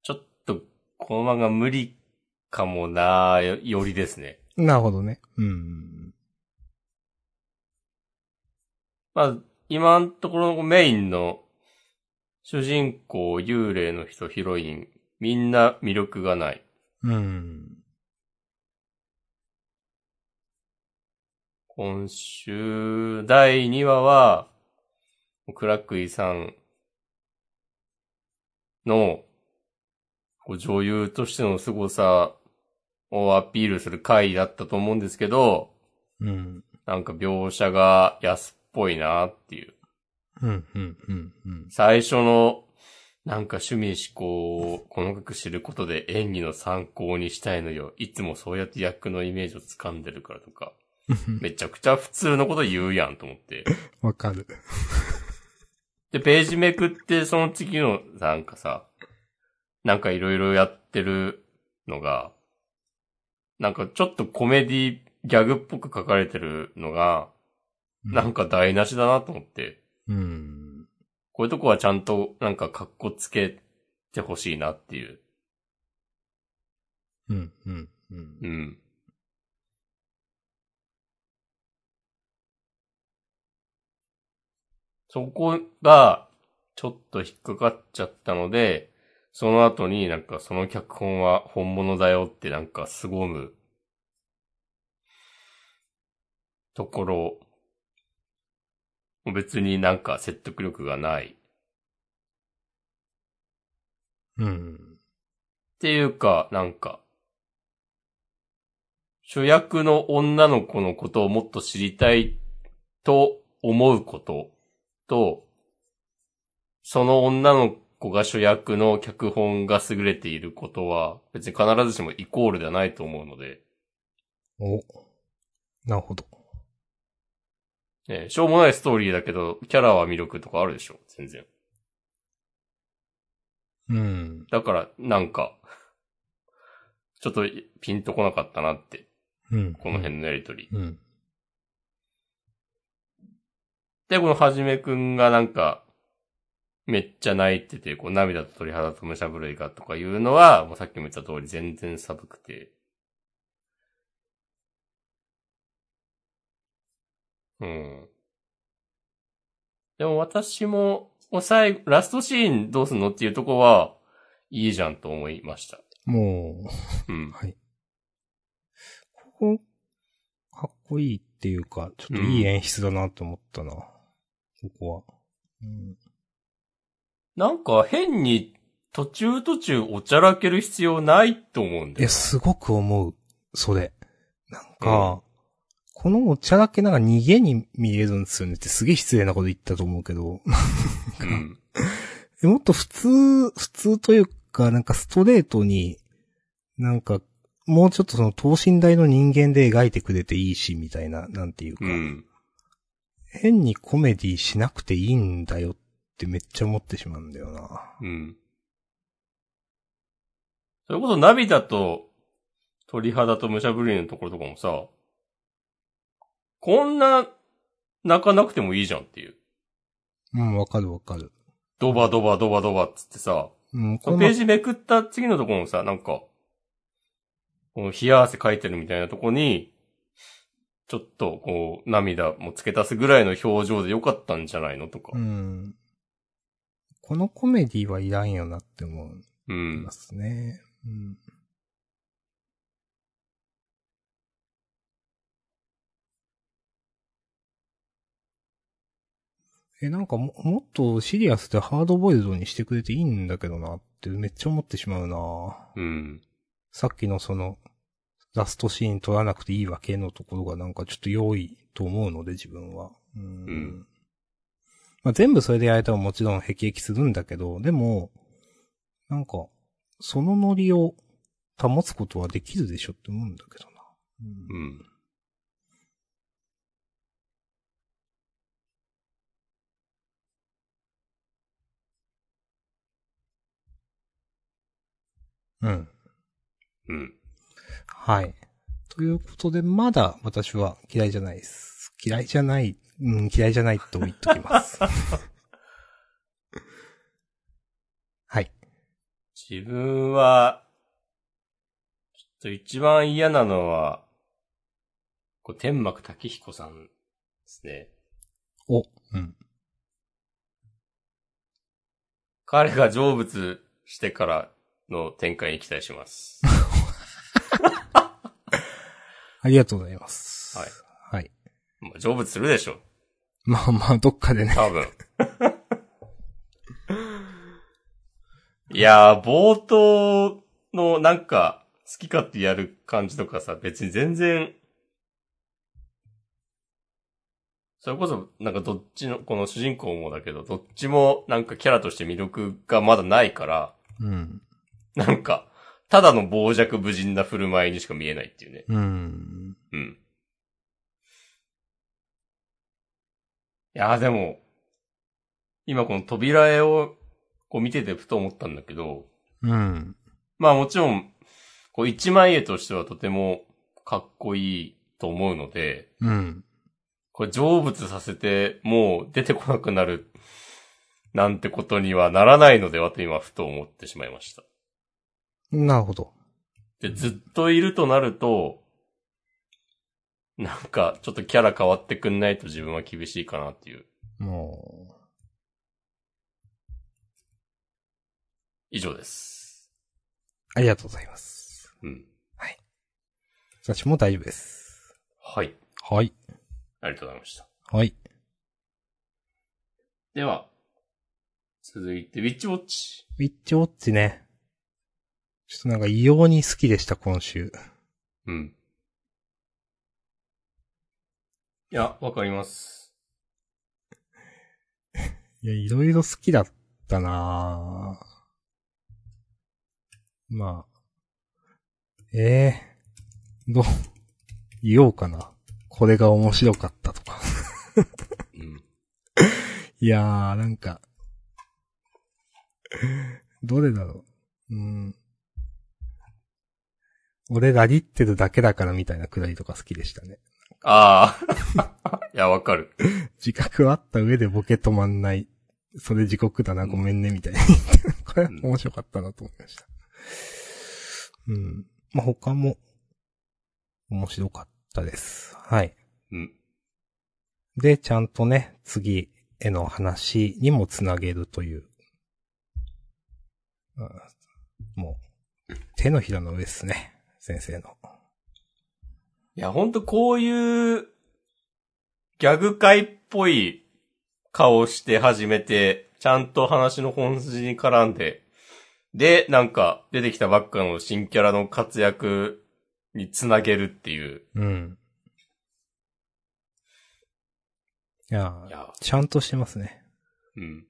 Speaker 1: ちょっと、この漫画無理かもなよ、よりですね。
Speaker 2: なるほどね。うん。
Speaker 1: まあ、今のところのメインの、主人公、幽霊の人、ヒロイン、みんな魅力がない。
Speaker 2: うん。
Speaker 1: 今週、第2話は、クラックイさんの、こう女優としての凄さをアピールする回だったと思うんですけど、
Speaker 2: うん。
Speaker 1: なんか描写が安っぽいなっていう。
Speaker 2: うん、うん、うん、うん。
Speaker 1: 最初の、なんか趣味思考を細かく知ることで演技の参考にしたいのよ。いつもそうやって役のイメージを掴んでるからとか。めちゃくちゃ普通のこと言うやんと思って。
Speaker 2: わかる。
Speaker 1: で、ページめくって、その次の、なんかさ、なんかいろいろやってるのが、なんかちょっとコメディギャグっぽく書かれてるのが、なんか台無しだなと思って、
Speaker 2: うん。
Speaker 1: こういうとこはちゃんとなんか格好つけてほしいなっていう。
Speaker 2: うん、うん、うん
Speaker 1: う。ん。そこが、ちょっと引っかかっちゃったので、その後になんかその脚本は本物だよってなんか凄むところ、別になんか説得力がない。
Speaker 2: うん。
Speaker 1: っていうか、なんか、主役の女の子のことをもっと知りたいと思うことと、その女の子が主役の脚本が優れていることは、別に必ずしもイコールではないと思うので、
Speaker 2: お。なるほど。
Speaker 1: ねしょうもないストーリーだけど、キャラは魅力とかあるでしょ全然。
Speaker 2: うん。
Speaker 1: だから、なんか、ちょっとピンとこなかったなって、
Speaker 2: うん。
Speaker 1: この。辺のやりとり。
Speaker 2: うん。
Speaker 1: で、このはじめくんがなんか、めっちゃ泣いてて、こう涙と鳥肌と武者震いがとかいうのは、もうさっきも言った通り全然寒くて。うん。でも私も、もう最後、ラストシーンどうすんのっていうとこは、いいじゃんと思いました。
Speaker 2: もう、
Speaker 1: うん。
Speaker 2: ここ、かっこいいっていうか、ちょっといい演出だなと思ったな。ここは。うん。
Speaker 1: なんか変に途中途中おちゃらける必要ないと思うんだ
Speaker 2: い
Speaker 1: よ
Speaker 2: や、。すごく思う。それ。なんか、このおちゃらけなんか逃げに見えるんですよねってすげえ失礼なこと言ったと思うけど、
Speaker 1: うん。
Speaker 2: えもっと普通、普通というか、なんかストレートに、なんか、もうちょっとその等身大の人間で描いてくれていいし、みたいな、なんていうか、
Speaker 1: うん。
Speaker 2: 変にコメディしなくていいんだよってめっちゃ思ってしまうんだよな。
Speaker 1: うん。それこそ涙と鳥肌と武者震いのところとかもさ、こんな泣かなくてもいいじゃんっていう。
Speaker 2: うん、わかるわかる。
Speaker 1: ドバドバドバドバっつってさ、
Speaker 2: うん、こ
Speaker 1: こ
Speaker 2: れ
Speaker 1: の
Speaker 2: も
Speaker 1: ページめくった次のところもさ、なんか、この冷や汗かいてるみたいなとこに、ちょっとこう涙も付け足すぐらいの表情でよかったんじゃないのとか
Speaker 2: う。ん。このコメディはいらんよなって思う
Speaker 1: う
Speaker 2: い
Speaker 1: ん
Speaker 2: ま。すね。うん。え、なんかも、もっとシリアスでハードボイルドにしてくれていいんだけどなってめっちゃ思ってしまうな
Speaker 1: うん。
Speaker 2: さっきのその、ラストシーン取らなくていいわけのところがなんかちょっと良いと思うので自分は。うん。
Speaker 1: ん
Speaker 2: まあ、全部それでやれたらもちろん辟易するんだけど、でも、なんか、そのノリを保つことはできるでしょって思うんだけどな。
Speaker 1: う
Speaker 2: うん
Speaker 1: ん。
Speaker 2: うん。
Speaker 1: うん。
Speaker 2: はい。ということで、まだ私は嫌いじゃないです。嫌いじゃない、うん、嫌いじゃないと言っときます。はい。
Speaker 1: 自分は、ちょっと一番嫌なのは、こう天幕滝彦さんですね。
Speaker 2: お。うん。
Speaker 1: 彼が成仏してからの展開に期待し
Speaker 2: <laughs>
Speaker 1: ます。
Speaker 2: ありがとうございます。
Speaker 1: はい。
Speaker 2: はい。
Speaker 1: まあ、成仏するでしょ。
Speaker 2: まあまあ、どっかでね。
Speaker 1: 多分。いやー、冒頭のなんか、好き勝手やる感じとかさ、別に全然、それこそ、なんかどっちの、この主人公もだけど、どっちもなんかキャラとして魅力がまだないから、
Speaker 2: うん。
Speaker 1: なんか、ただの傍若無人な振る舞いにしか見えないっていうね。
Speaker 2: うん。
Speaker 1: うん。いやーでも、今この扉絵をこう見ててふと思ったんだけど、
Speaker 2: うん。
Speaker 1: まあもちろん、こう一枚絵としてはとてもかっこいいと思うので、
Speaker 2: うん。
Speaker 1: これ成仏させてもう出てこなくなるなんてことにはならないのではと今ふと思ってしまいました。
Speaker 2: なるほど。
Speaker 1: で、ずっといるとなると、なんかちょっとキャラ変わってくんないと自分は厳しいかなっていう。
Speaker 2: も
Speaker 1: 以上です。
Speaker 2: う、ありがとうございます。
Speaker 1: うん。
Speaker 2: 私も大丈夫です。
Speaker 1: はい。
Speaker 2: はい。
Speaker 1: ありがとうございました。
Speaker 2: はい。
Speaker 1: では、続いて、ウィッチウォッチ。
Speaker 2: ウィッチウォッチね。ちょっとなんか異様に好きでした、今週。
Speaker 1: うん。いや、わかります。
Speaker 2: いや、いろいろ好きだったなぁまあ。ええどう、言おうかな。これが面白かったとか。
Speaker 1: うん。
Speaker 2: いやー、なんか、どれだろう。うん。俺ラリってるだけだからみたいなくだりとか好きでしたね。
Speaker 1: ああ。 <laughs> いや、わかる。
Speaker 2: 自覚はあった上でボケ止まんない。それ地獄だな、ごめんね、みたいな。 <laughs> これ面白かったなと思いました。うん。まあ、他も、面白かったです。はい。
Speaker 1: うん。
Speaker 2: で、ちゃんとね、次への話にもつなげるという。うんもう、手のひらの上ですね。先生の。
Speaker 1: いや、ほんとこういう、ギャグ界っぽい顔して始めて、ちゃんと話の本筋に絡んで、で、なんか、出てきたばっかの新キャラの活躍につなげるっていう。
Speaker 2: うん。いやー
Speaker 1: いや、
Speaker 2: ちゃんとしてますね。
Speaker 1: うん。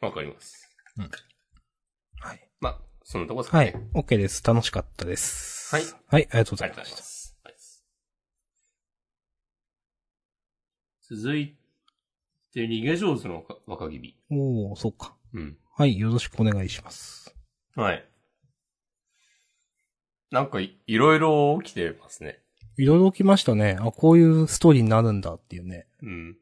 Speaker 1: わかります。
Speaker 2: はい。
Speaker 1: まあ、そんなとこですか
Speaker 2: は
Speaker 1: ね。
Speaker 2: い。OK です。楽しかったです。
Speaker 1: はい
Speaker 2: はい、ありがとうご
Speaker 1: あ
Speaker 2: ざ
Speaker 1: り
Speaker 2: い
Speaker 1: がとうござ
Speaker 2: ま
Speaker 1: い
Speaker 2: し
Speaker 1: ま
Speaker 2: た。
Speaker 1: す。続いて、逃げ上手の若若君。
Speaker 2: おー、そうか。
Speaker 1: うん。
Speaker 2: はい、よろしくお願いします。
Speaker 1: はい。なんかい、いろいろ起きてますね。
Speaker 2: いろいろ起きましたね。あ、こういうストーリーになるんだっていうね。
Speaker 1: うん。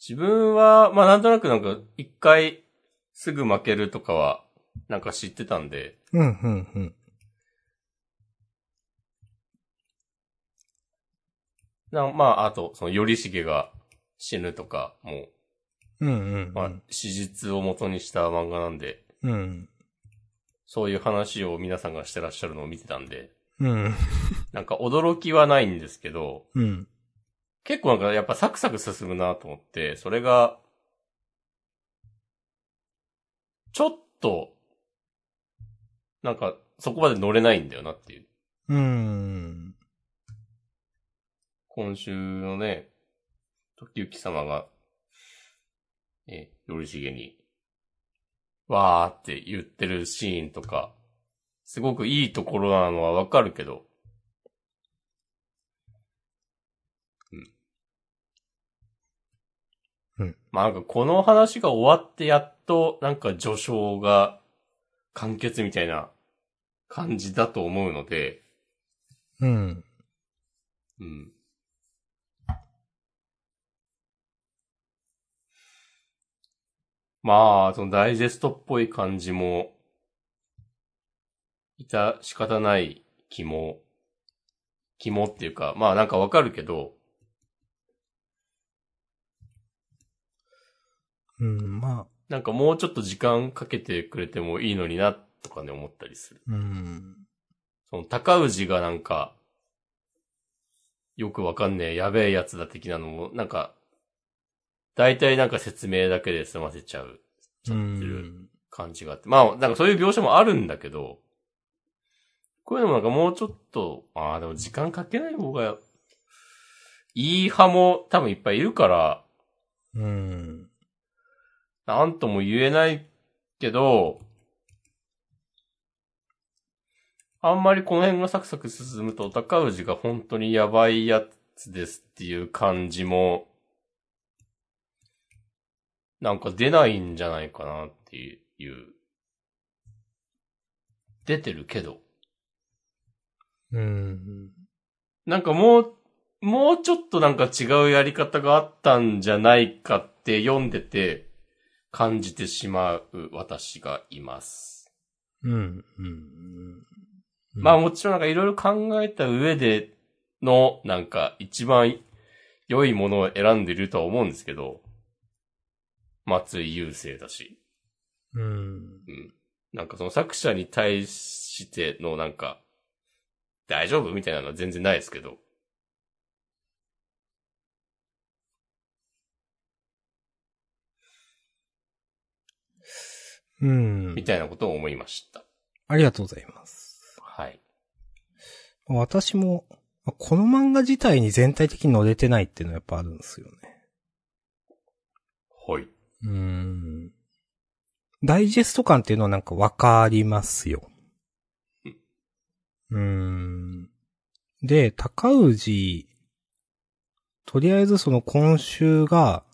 Speaker 1: 自分は、まあなんとなくなんか、一回すぐ負けるとかは、なんか知ってたんで、
Speaker 2: うん、うん、うん。
Speaker 1: なまああと、その、頼重が死ぬとか、もう、
Speaker 2: うん、うん。
Speaker 1: まあ、史実を元にした漫画なんで、
Speaker 2: うん。
Speaker 1: そういう話を皆さんがしてらっしゃるのを見てたんで、
Speaker 2: うん。
Speaker 1: なんか驚きはないんですけど、
Speaker 2: うん。
Speaker 1: 結構なんかやっぱサクサク進むなと思って、それが、ちょっと、なんかそこまで乗れないんだよなっていう。
Speaker 2: うん。
Speaker 1: 今週のね、時行様が、え、よりしげに、わーって言ってるシーンとか、すごくいいところなのはわかるけど、うん。
Speaker 2: うん。
Speaker 1: まあなんかこの話が終わってやっと、なんか序章が完結みたいな感じだと思うので、
Speaker 2: うん。
Speaker 1: うん。まあ、そのダイジェストっぽい感じも、いた仕方ない気も、気もっていうか、まあなんかわかるけど、
Speaker 2: うん、まあ、
Speaker 1: なんかもうちょっと時間かけてくれてもいいのにな、とかね思ったりする。
Speaker 2: うん。
Speaker 1: その高氏がなんか、よくわかんねえ、やべえやつだ的なのも、なんか、大体なんか説明だけで済ませちゃう、
Speaker 2: う
Speaker 1: ちゃってる
Speaker 2: ん。
Speaker 1: 感じがあって。まあ、なんかそういう描写もあるんだけど、こういうのもなんかもうちょっと、ああ、でも時間かけない方が、いい派も多分いっぱいいるから、
Speaker 2: うん。
Speaker 1: なんとも言えないけど、あんまりこの辺がサクサク進むと、高氏が本当にやばいやつですっていう感じも、なんか出ないんじゃないかなっていう。出てるけど。
Speaker 2: うん。
Speaker 1: なんかもう、もうちょっとなんか違うやり方があったんじゃないかって読んでて感じてしまう私がいます。
Speaker 2: うん。うん。
Speaker 1: まあもちろんなんかいろいろ考えた上でのなんか一番良いものを選んでるとは思うんですけど、松井優生だし。
Speaker 2: うん。
Speaker 1: なんかその作者に対してのなんか、大丈夫みたいなのは全然ないですけど。
Speaker 2: うん
Speaker 1: み。たいなことを思いました。
Speaker 2: ありがとうございます。
Speaker 1: はい。
Speaker 2: 私も、この漫画自体に全体的に乗れてないっていうのはやっぱあるんですよね。
Speaker 1: ほい。
Speaker 2: うん。ダイジェスト感っていうのはなんかわかりますよ。うん。で、高氏、とりあえずその今週が、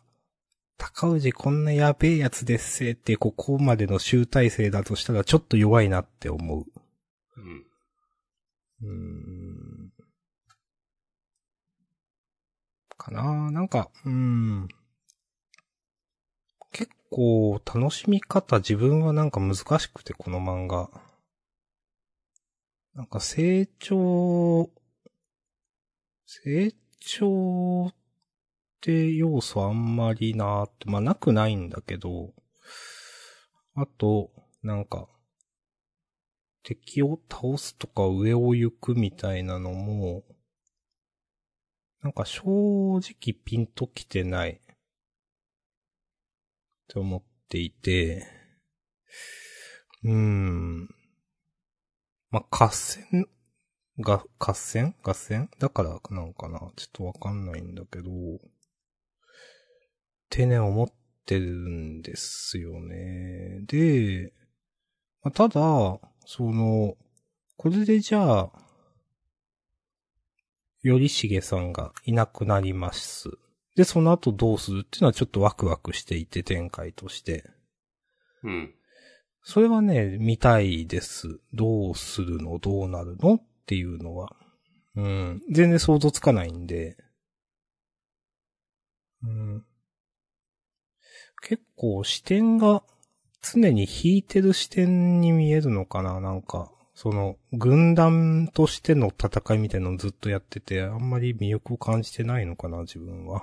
Speaker 2: 高氏こんなやべえやつですせって、ここまでの集大成だとしたらちょっと弱いなって思う。
Speaker 1: うん。
Speaker 2: うんかななんか、うん。結構楽しみ方自分はなんか難しくて、この漫画。なんか成長、成長って要素あんまりなーって、まあなくないんだけど、あと、なんか、敵を倒すとか上を行くみたいなのも、なんか正直ピンときてないって思っていて、うーん。まあ、合戦が、合戦合戦だからなのかなちょっとわかんないんだけど、ってね、思ってるんですよね。で、まあ、ただ、その、これでじゃあ、よりしげさんがいなくなります。で、その後どうするっていうのはちょっとワクワクしていて、展開として。
Speaker 1: うん。
Speaker 2: それはね、見たいです。どうするのどうなるのっていうのは。うん。全然想像つかないんで。うん。結構視点が常に引いてる視点に見えるのかななんか、その、軍団としての戦いみたいなのをずっとやってて、あんまり魅力を感じてないのかな自分は。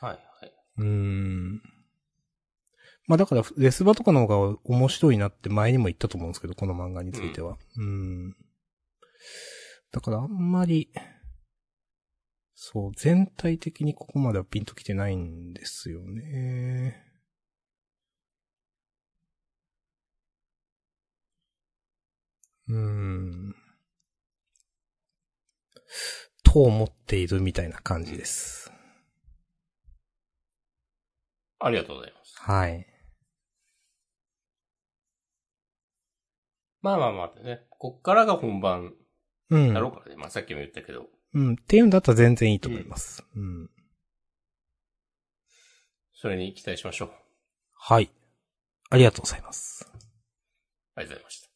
Speaker 1: はいはい。
Speaker 2: うーん。まあだから、レスバとかの方が面白いなって前にも言ったと思うんですけど、この漫画については。うーん。だからあんまり、そう、全体的にここまではピンときてないんですよね。うーん。と思っているみたいな感じです。
Speaker 1: ありがとうございます。
Speaker 2: はい。
Speaker 1: まあまあまあね。こっからが本番
Speaker 2: うん。
Speaker 1: だろうからね。まあさっきも言ったけど。
Speaker 2: うん。っていうんだったら全然いいと思います。うん。
Speaker 1: それに期待しましょう。
Speaker 2: はい。ありがとうございます。
Speaker 1: ありがとうございました。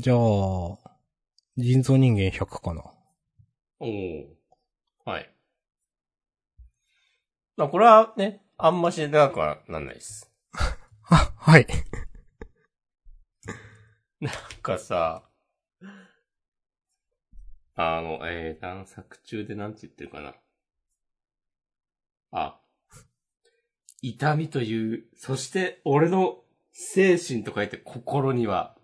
Speaker 2: じゃあ、人造人間100かな。
Speaker 1: おお。はい。まあこれはね、あんまし長くはなんないです。
Speaker 2: は、はい。
Speaker 1: なんかさ、あの、えー、探索中でなんて言ってるかな。あ、痛みという、そして俺の精神と書いて心には、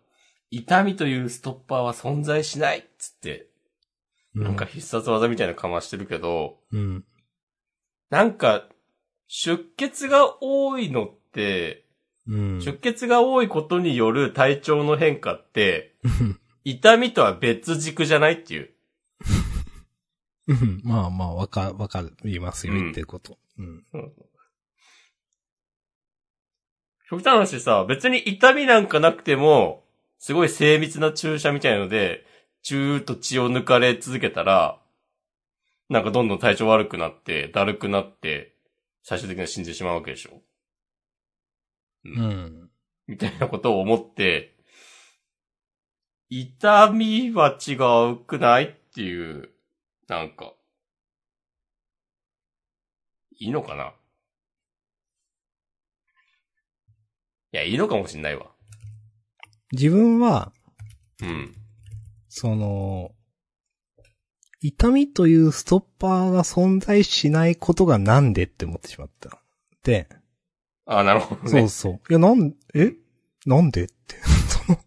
Speaker 1: 痛みというストッパーは存在しないっつって、なんか必殺技みたいなのかましてるけど、
Speaker 2: うん。
Speaker 1: なんか、出血が多いのって、
Speaker 2: うん。
Speaker 1: 出血が多いことによる体調の変化って、
Speaker 2: うん。
Speaker 1: 痛みとは別軸じゃないっていう。
Speaker 2: うん <laughs> まあまあ、わか、わかりますよ、
Speaker 1: うん
Speaker 2: 言ってること。うん。
Speaker 1: 極端な話さ、別に痛みなんかなくても、すごい精密な注射みたいので、チューッと血を抜かれ続けたら、なんかどんどん体調悪くなって、だるくなって、最終的には死んでしまうわけでしょ。
Speaker 2: うん。
Speaker 1: みたいなことを思って、痛みは違うくないっていう、なんか、いいのかないや、いいのかもしんないわ。
Speaker 2: 自分は、
Speaker 1: うん。
Speaker 2: その、痛みというストッパーが存在しないことがなんでって思ってしまった。で、
Speaker 1: ああ、なるほど
Speaker 2: そう
Speaker 1: ね。
Speaker 2: そう。いや、なん、えなんでって。 <laughs> その、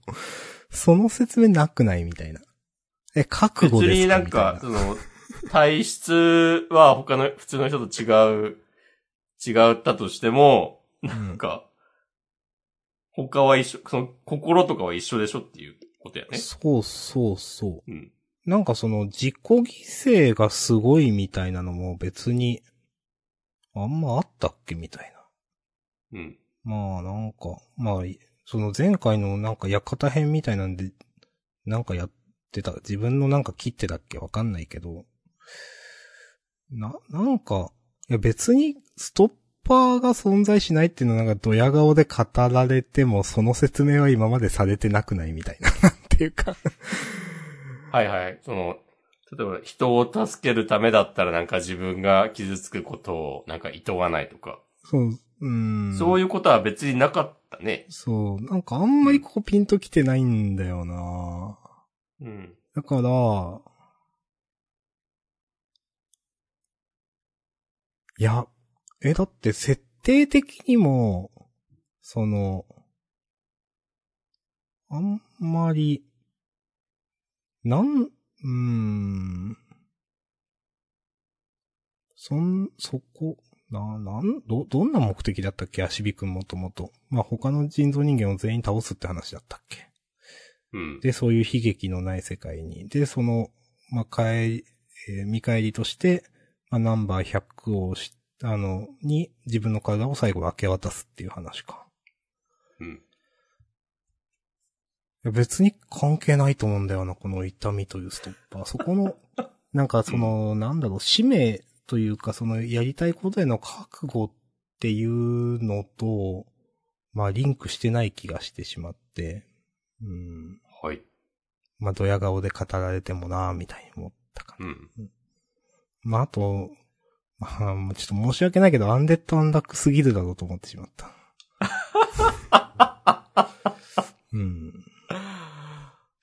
Speaker 2: その説明なくないみたいな。え、覚悟
Speaker 1: 別
Speaker 2: で
Speaker 1: に
Speaker 2: す
Speaker 1: な
Speaker 2: か
Speaker 1: ん
Speaker 2: みたい
Speaker 1: か
Speaker 2: な、。
Speaker 1: その、体質は他の、普通の人と違う、違ったとしても、
Speaker 2: うん
Speaker 1: なんか、他は一緒、その、心とかは一緒でしょっていうことやね。
Speaker 2: そうそうそう。
Speaker 1: うん
Speaker 2: なんかその自己犠牲がすごいみたいなのも別に、あんまあったっけみたい
Speaker 1: うん。
Speaker 2: な。まあなんか、まあ、いその前回のなんか館編みたいなんで、なんかやってた、自分のなんか切ってたっけわかんないけど、な、なんか、いや別にストッパーが存在しないっていうのはなんかドヤ顔で語られてもその説明は今までされてなくないみたいな、 <laughs> なんていうか。
Speaker 1: はいはい。その、例えば人を助けるためだったらなんか自分が傷つくことをなんか厭わないとか、
Speaker 2: そう、うーん。
Speaker 1: そういうことは別になかったね。
Speaker 2: そう。なんかあんまりここピンときてないんだよな
Speaker 1: うん。
Speaker 2: だから、いや、え、だって設定的にも、その、あんまり、なん、うーん。そん、そこ、な、なん、ど、どんな目的だったっけ足火くんもともと。まあ、他の人造人間を全員倒すって話だったっけ
Speaker 1: うん。
Speaker 2: で、そういう悲劇のない世界に。で、その、まあ、帰り、えー見返りとして、まあ、ナンバー100をし、あの、に自分の体を最後明け渡すっていう話か。
Speaker 1: うん。
Speaker 2: いや別に関係ないと思うんだよな、この痛みというストッパー。そ
Speaker 1: <laughs>
Speaker 2: この、なんかその、なんだろう、使命というか、その、やりたいことへの覚悟っていうのと、まあ、リンクしてない気がしてしまって、うん。
Speaker 1: はい。
Speaker 2: まあ、ドヤ顔で語られてもなぁ、みたいに思ったか
Speaker 1: う
Speaker 2: な。
Speaker 1: ん。
Speaker 2: まあ、あと、まあ、もうちょっと申し訳ないけど、アンデッドアンラックすぎるだろうと思ってしまった。うん。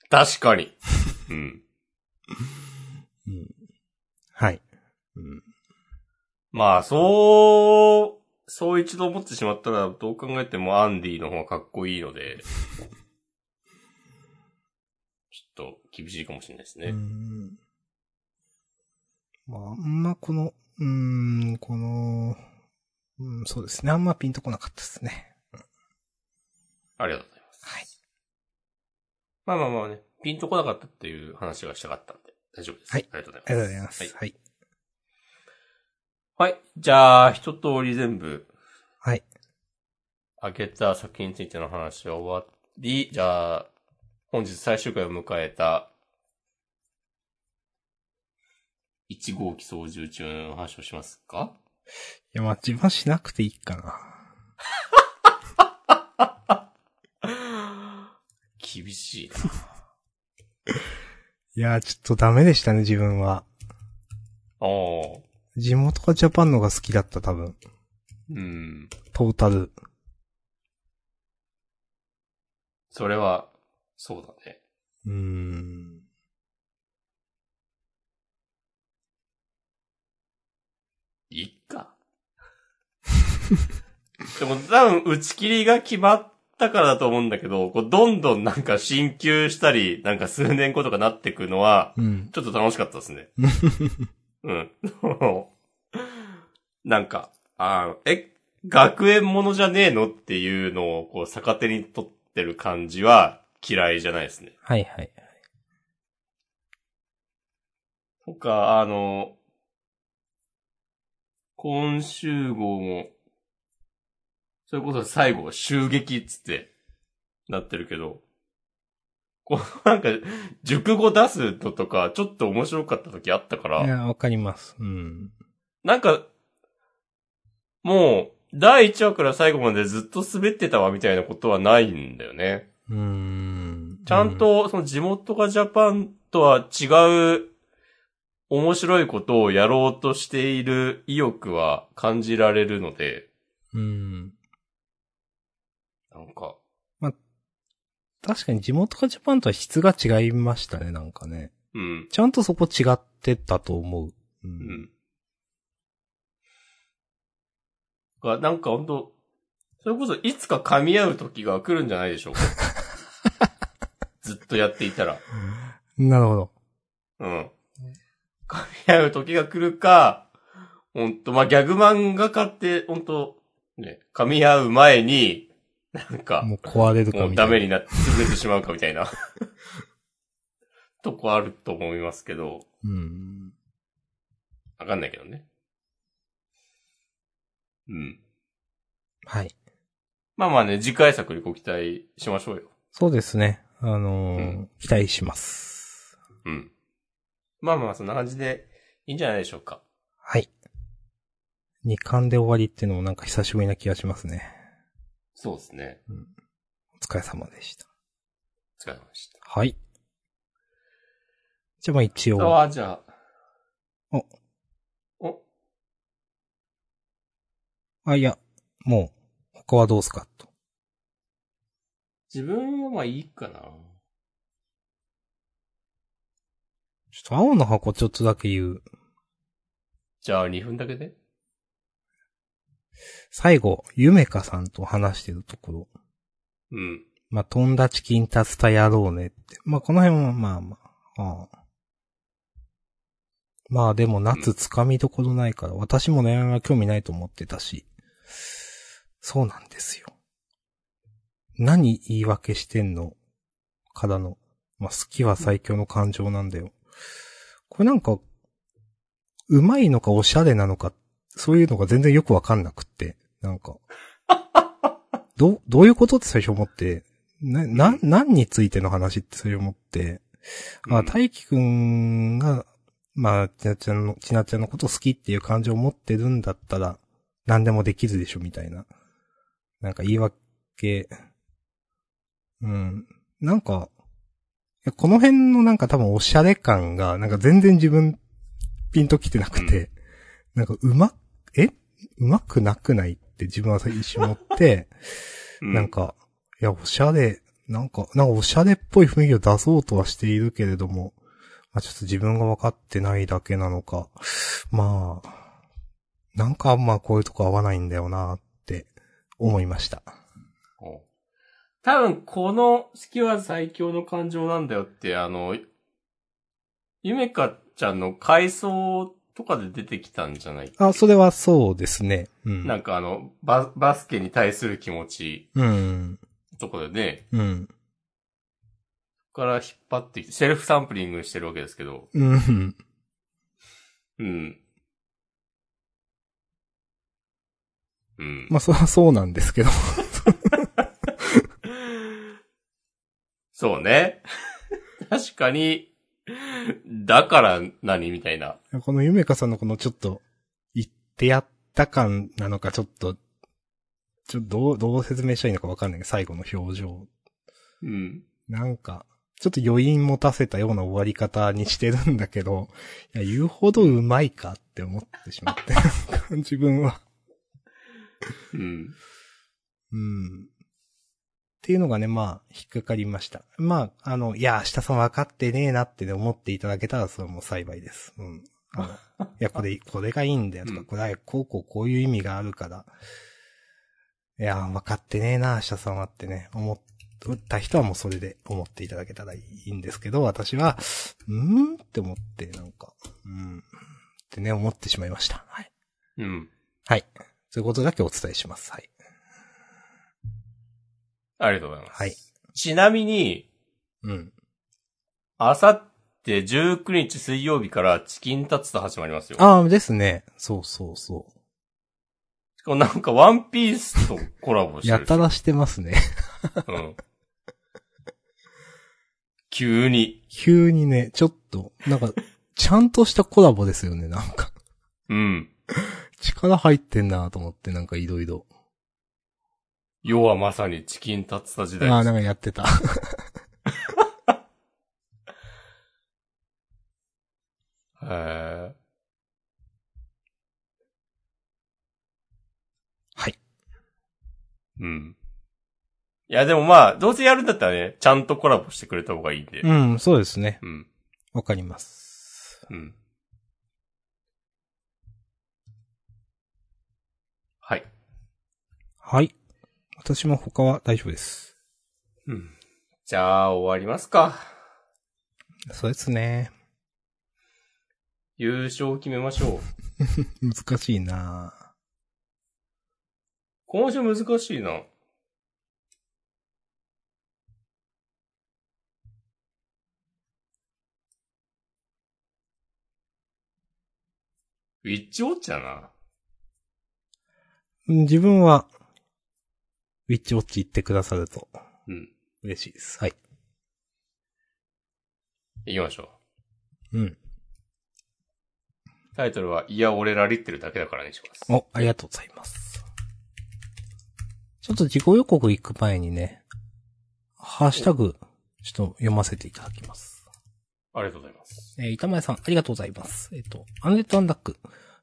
Speaker 1: 確か
Speaker 2: <laughs>
Speaker 1: に。うん。
Speaker 2: うん。はい。うん。
Speaker 1: まあ、そう、そう一度思ってしまったら、どう考えてもアンディの方がかっこいいの
Speaker 2: <laughs>
Speaker 1: で、ちょっと厳しいかもしれないです
Speaker 2: う
Speaker 1: ね。
Speaker 2: んまあ、あんまこの、うーん、この、うん、そうですね。あんまピンとこなかったですね。
Speaker 1: ありがとうございます。
Speaker 2: はい。
Speaker 1: まあまあまあね、ピンとこなかったっていう話がしたかったんで、大丈夫です。
Speaker 2: はい
Speaker 1: ありがとう
Speaker 2: あ
Speaker 1: ご
Speaker 2: りがと
Speaker 1: ざ
Speaker 2: うご
Speaker 1: い
Speaker 2: ざい
Speaker 1: ま。
Speaker 2: ますす。
Speaker 1: はい。
Speaker 2: はい。
Speaker 1: はい。じゃあ、一通り全部、
Speaker 2: はい。
Speaker 1: あげた作品についての話は終わり、じゃあ、本日最終回を迎えた、1号機操縦中の話をしますか
Speaker 2: <laughs> いや、まあ、自分はしなくていいかな。
Speaker 1: 厳しい
Speaker 2: いやー、ちょっとダメでしたね、自分は。
Speaker 1: な。おー
Speaker 2: 地元がジャパンのが好きだった、多分。
Speaker 1: うん。
Speaker 2: トータル。
Speaker 1: それは、そうだね。
Speaker 2: うーん。
Speaker 1: いっか。 <laughs> でも多分打ち切りが決まったからだと思うんだけど、こうどんどんなんか進級したり、なんか数年後とかなってくのは、
Speaker 2: うん。
Speaker 1: ちょっと楽しかったですね。うん。 <laughs> なんか、あーえ、学園ものじゃねえのっていうのをこう逆手に取ってる感じは嫌いじゃないですね。
Speaker 2: はいはい。
Speaker 1: 他、あの、今週号も、それこそ最後、襲撃っつって、なってるけど、こうなんか、熟語出すのとか、ちょっと面白かった時あったか
Speaker 2: い
Speaker 1: ら、
Speaker 2: や、わかります。うん。
Speaker 1: なんか、もう、第1話から最後までずっと滑ってたわみたいなことはないんだよね。
Speaker 2: うーん。
Speaker 1: ちゃんと、その地元がジャパンとは違う、面白いことをやろうとしている意欲は感じられるので、
Speaker 2: うん、うん。
Speaker 1: なんか、
Speaker 2: 確かに地元がジャパンとは質が違いましたね、なんかね。
Speaker 1: うん、
Speaker 2: ちゃんとそこ違ってたと思う。う。
Speaker 1: うんん。がなんかほんと、それこそいつか噛み合う時が来るんじゃないでしょう <laughs> か。ずっとやっていたら。
Speaker 2: なるほど。
Speaker 1: うん。噛み合う時が来るか、ほんと、まあ、ギャグ漫画家って、ほんと、ね、噛み合う前に、なんか、
Speaker 2: もう壊れるか
Speaker 1: もう
Speaker 2: み
Speaker 1: ダ
Speaker 2: たいな。
Speaker 1: メになって、潰れてしまうかみたいな、 <laughs> とこあると思いますけど、
Speaker 2: うん。
Speaker 1: わかんないけどね。うん。
Speaker 2: はい。
Speaker 1: まあまあね、次回作にご期待しましょうよ。
Speaker 2: そうですね。あのー
Speaker 1: うん
Speaker 2: 期待します。
Speaker 1: うん。まあまあ、そんな感じで、いいんじゃないでしょうか。
Speaker 2: はい。2巻で終わりっていうのもなんか久しぶりな気がしますね。
Speaker 1: そうですね。
Speaker 2: お疲れ様でした。
Speaker 1: 疲れました。
Speaker 2: はい。じゃあまあ一応。
Speaker 1: ああ、じゃあ。お。お
Speaker 2: あ、いや、もう、他はどうすかと。
Speaker 1: 自分はまあいいかな。
Speaker 2: ちょっと青の箱ちょっとだけ言う。
Speaker 1: じゃあ2分だけで
Speaker 2: 最後、ゆめかさんと話してるところ。
Speaker 1: うん。
Speaker 2: まあ、飛んだチキンタツタ野郎ねって。まあ、この辺はまあまあ、ああまあでも夏つかみどころないから、私も恋愛は興味ないと思ってたし。そうなんですよ。何言い訳してんのからの、まあ好きは最強の感情なんだよ。これなんか、うまいのかおしゃれなのか、そういうのが全然よくわかんなくって、なんか。どう、どういうことって最初思って、な、な、何についての話って最初思って、ま
Speaker 1: う
Speaker 2: あ、
Speaker 1: ん
Speaker 2: 大輝くんが、まあ、ちなちゃんの、ちなちゃんのこと好きっていう感情を持ってるんだったら、何でもできるでしょ、みたいな。なんか言い訳、うん。なんか、いやこの辺のなんか多分おしゃれ感が、なんか全然自分、ピンときてなくて、なんかうま、えうまくなくないって自分は最初思って、
Speaker 1: うん
Speaker 2: なんか、いや、おしゃれ、なんか、なんかおしゃれっぽい雰囲気を出そうとはしているけれども、まあちょっと自分が分かってないだけなのか、まあ、なんかまあこういうとこ合わないんだよなって思いました。
Speaker 1: お多分、この好きは最強の感情なんだよって、あの、ゆめかちゃんの回想とかで出てきたんじゃない
Speaker 2: あ、それはそうですね。うん。
Speaker 1: なんかあの、ババスケに対する気持ち
Speaker 2: うん。
Speaker 1: とかでね、
Speaker 2: うん。
Speaker 1: ここから引っ張ってきて、セルフサンプリングしてるわけですけど、
Speaker 2: うん。
Speaker 1: うん。うん。
Speaker 2: まあ、それはそうなんですけど。
Speaker 1: そう <laughs> ね。確かに、だから何みたいな。
Speaker 2: <laughs> このゆめかさんのこのちょっと、言ってやった感なのか、ちょっと、ちょっとどう、どう説明したらいいのかわかんないけど、最後の表情。
Speaker 1: うん。
Speaker 2: なんか、ちょっと余韻持たせたような終わり方にしてるんだけど、いや、言うほどうまいかって思ってしまって、なんか自分は。
Speaker 1: うん。
Speaker 2: うん。っていうのがね、まあ、引っかかりました。まあ、あの、いや、明日さん分かってねえなってね思っていただけたら、それはもう幸いです。うん。あ
Speaker 1: <laughs>
Speaker 2: のいや、これ、これがいいんだよとか、
Speaker 1: うん
Speaker 2: これは、こうこうこういう意味があるから、いや、分かってねえな、明日さんはってね、思った人はもうそれで思っていただけたらいいんですけど、私は、うーんって思って、なんか、うん。ってね、思ってしまいました。はい。
Speaker 1: うん。
Speaker 2: はい。そういうことだけお伝えします。はい。
Speaker 1: ありがとうございます。
Speaker 2: はい。
Speaker 1: ちなみに、
Speaker 2: うん。
Speaker 1: あさって19日水曜日からチキンタツタ始まりますよ。
Speaker 2: ああ、ですね。そうそうそ
Speaker 1: しかもなんかワンピースとコラボ
Speaker 2: う。
Speaker 1: してる
Speaker 2: や
Speaker 1: でした
Speaker 2: らしてますね。 <laughs>
Speaker 1: うん。急に。
Speaker 2: 急にね、ちょっと、なんか、ちゃんとしたコラボですよね、なんか。
Speaker 1: うん。
Speaker 2: 力入ってんなと思って、なんかいろいろ。
Speaker 1: 要はまさにチキンタツタ時代
Speaker 2: ああ、
Speaker 1: です
Speaker 2: なんかやってた。
Speaker 1: へー
Speaker 2: はい。
Speaker 1: うん。いや、でもまあ、どうせやるんだったらね、ちゃんとコラボしてくれた方がいいんで。
Speaker 2: <laughs> うん、そうですね。
Speaker 1: うん。
Speaker 2: わかります。
Speaker 1: うん。はい。
Speaker 2: はい。私も他は大丈夫です。
Speaker 1: うん。じゃあ、終わりますか。
Speaker 2: そうですね。
Speaker 1: 優勝を決めましょう。
Speaker 2: 難しいな
Speaker 1: 今週難しいな。ウィッチウォッチだな。
Speaker 2: うん自分は、ウィッチウォッチ行ってくださると
Speaker 1: うん。
Speaker 2: 嬉しいです。はい。
Speaker 1: 行きましょう。
Speaker 2: うん。
Speaker 1: タイトルは、いや、俺らリってるだけだからにします。
Speaker 2: お、ありがとうございます。ちょっと自己予告行く前にね、ハッシュタグ、ちょっと読ませていただきます。
Speaker 1: ありがとうございます。
Speaker 2: えー板前さん、ありがとうございます。えっ、と、アンデッド・アンダック。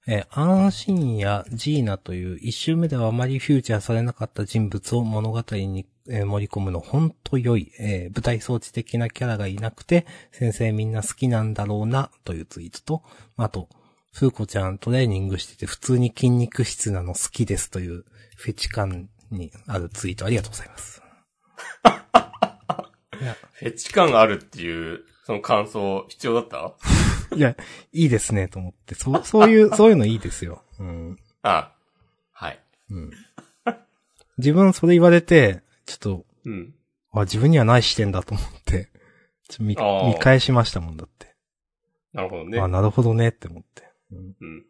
Speaker 2: えーアンシンやジーナという一周目ではあまりフューチャーされなかった人物を物語に、えー盛り込むのほんと良い、えー舞台装置的なキャラがいなくて、先生みんな好きなんだろうな、というツイートと、まああと、フーコちゃんトレーニングしてて普通に筋肉質なの好きですというフェチ感にあるツイートありがとうございます。いや、
Speaker 1: フェチ感あるっていう、その感想、必要だった
Speaker 2: いや、いいですね、と思って。そう、そういう、そういうのいいですよ。うん。
Speaker 1: あはい。
Speaker 2: うん。自分それ言われて、ちょっと、
Speaker 1: うん。
Speaker 2: あ、自分にはない視点だと思って、ちょっと見
Speaker 1: あー
Speaker 2: 見返しましたもんだって。
Speaker 1: なるほどね
Speaker 2: あ、。なるほどねって思って。うん
Speaker 1: うん。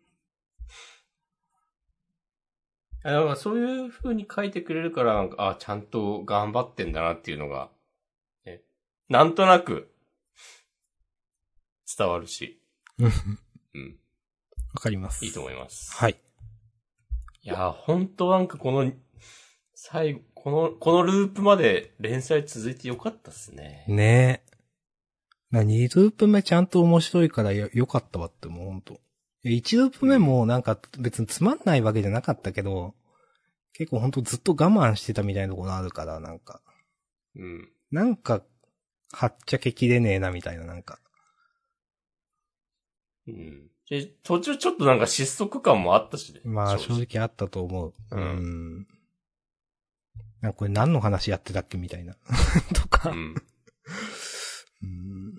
Speaker 1: あなんかそういう風に書いてくれるから、なんかあ、ちゃんと頑張ってんだなっていうのが、ね、なんとなく、伝わるし、
Speaker 2: うん。わ
Speaker 1: うん、
Speaker 2: かります。
Speaker 1: いいと思います。
Speaker 2: はい。
Speaker 1: いやー、ほんとなんかこの、最後、この、このループまで連載続いてよかったっすね。
Speaker 2: ねえ。な、2ループ目ちゃんと面白いからよ、よかったわってもうほんと。1ループ目もなんか別につまんないわけじゃなかったけど、結構ほんとずっと我慢してたみたいなところあるから、なんか。
Speaker 1: うん。
Speaker 2: なんか、はっちゃけきれねえなみたいな、なんか。
Speaker 1: うん。で、途中ちょっとなんか失速感もあったしね。
Speaker 2: まあ正。直あったと思う。
Speaker 1: うん
Speaker 2: んなんかこれ何の話やってたっけみたいな。 <laughs> とか。
Speaker 1: うん。
Speaker 2: うん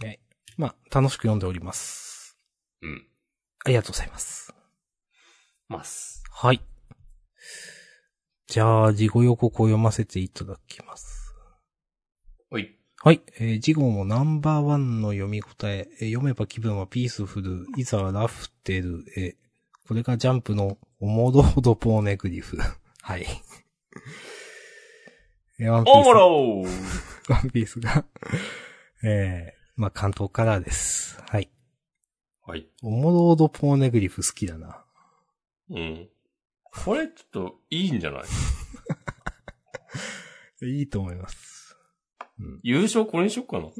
Speaker 2: ね。まあ、楽しく読んでおります。
Speaker 1: うん。
Speaker 2: ありがとうございます。
Speaker 1: ます。
Speaker 2: はい。じゃあ、事後予告を読ませていただきます。
Speaker 1: おい。
Speaker 2: はい。えー、事後もナンバーワンの読み応ええー読めば気分はピースフル。いざラフテル。えーこれがジャンプのおもろほどポーネグリフ。 <laughs> はい。えーワンピース
Speaker 1: おもろー
Speaker 2: ワンピースが、 <laughs> ええまあ、関東カラーです。はい。
Speaker 1: はい。
Speaker 2: オモロードポーネグリフ好きだな。
Speaker 1: うん。これちょっといいんじゃない
Speaker 2: いいと思います。うん。
Speaker 1: 優勝これにしよっ
Speaker 2: <laughs>
Speaker 1: かな。い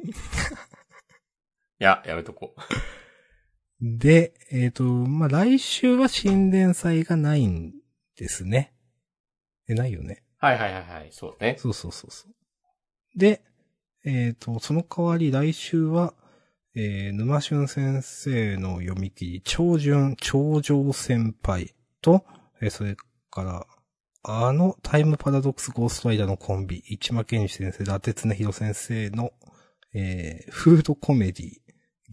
Speaker 1: や、やめとこう。
Speaker 2: で、えっ、と、まあ、来週は新連祭がないんですね。え、ないよね。
Speaker 1: はいはいはいはい、そうね。
Speaker 2: そうそうそうそう。で、えっ、と、その代わり来週は、えー、沼俊先生の読み切り、長順、長上先輩と、えーそれから、あのタイムパラドックスゴーストライダーのコンビ、市間健二先生、伊達恒弘先生の、えー、フードコメディ、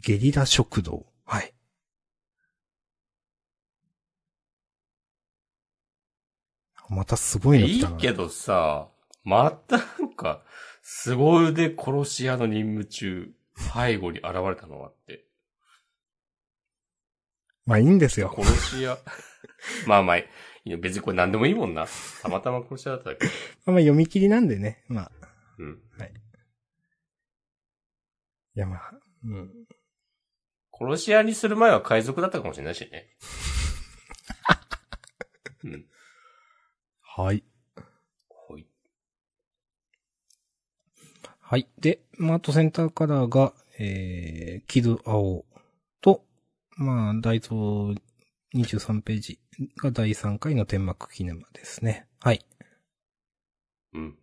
Speaker 2: ゲリラ食堂。はい。またすごいの
Speaker 1: い
Speaker 2: 来
Speaker 1: い
Speaker 2: たな。
Speaker 1: けどさ、またなんか、凄腕殺し屋の任務中、背後に現れたのはって。
Speaker 2: まあいいんですよ。
Speaker 1: 殺し屋。 <laughs> まあまあ、いや別にこれ何でもいいもんな。たまたま殺し屋だっただけ。
Speaker 2: まあまあ読み切りなんでね。まあ。
Speaker 1: うん。
Speaker 2: いやまあ。うん。
Speaker 1: 殺し屋にする前は海賊だったかもしれないしね。うん。
Speaker 2: はい。
Speaker 1: ほい。
Speaker 2: はい。で、まああとセンターカラーが、えー、キル青と、まあ、大蔵23ページが第3回の天幕キネマですね。はい。
Speaker 1: うん。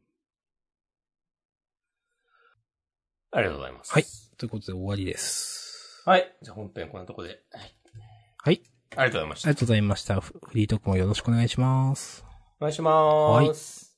Speaker 1: ありがとうございます。
Speaker 2: はい。ということで終わりです。
Speaker 1: はい。じゃあ本編こんなとこで。はい。
Speaker 2: はい。
Speaker 1: ありがとうございまし
Speaker 2: あ
Speaker 1: た
Speaker 2: り。がとうございました。フフリートークもよろしくお願いします。
Speaker 1: お願いします。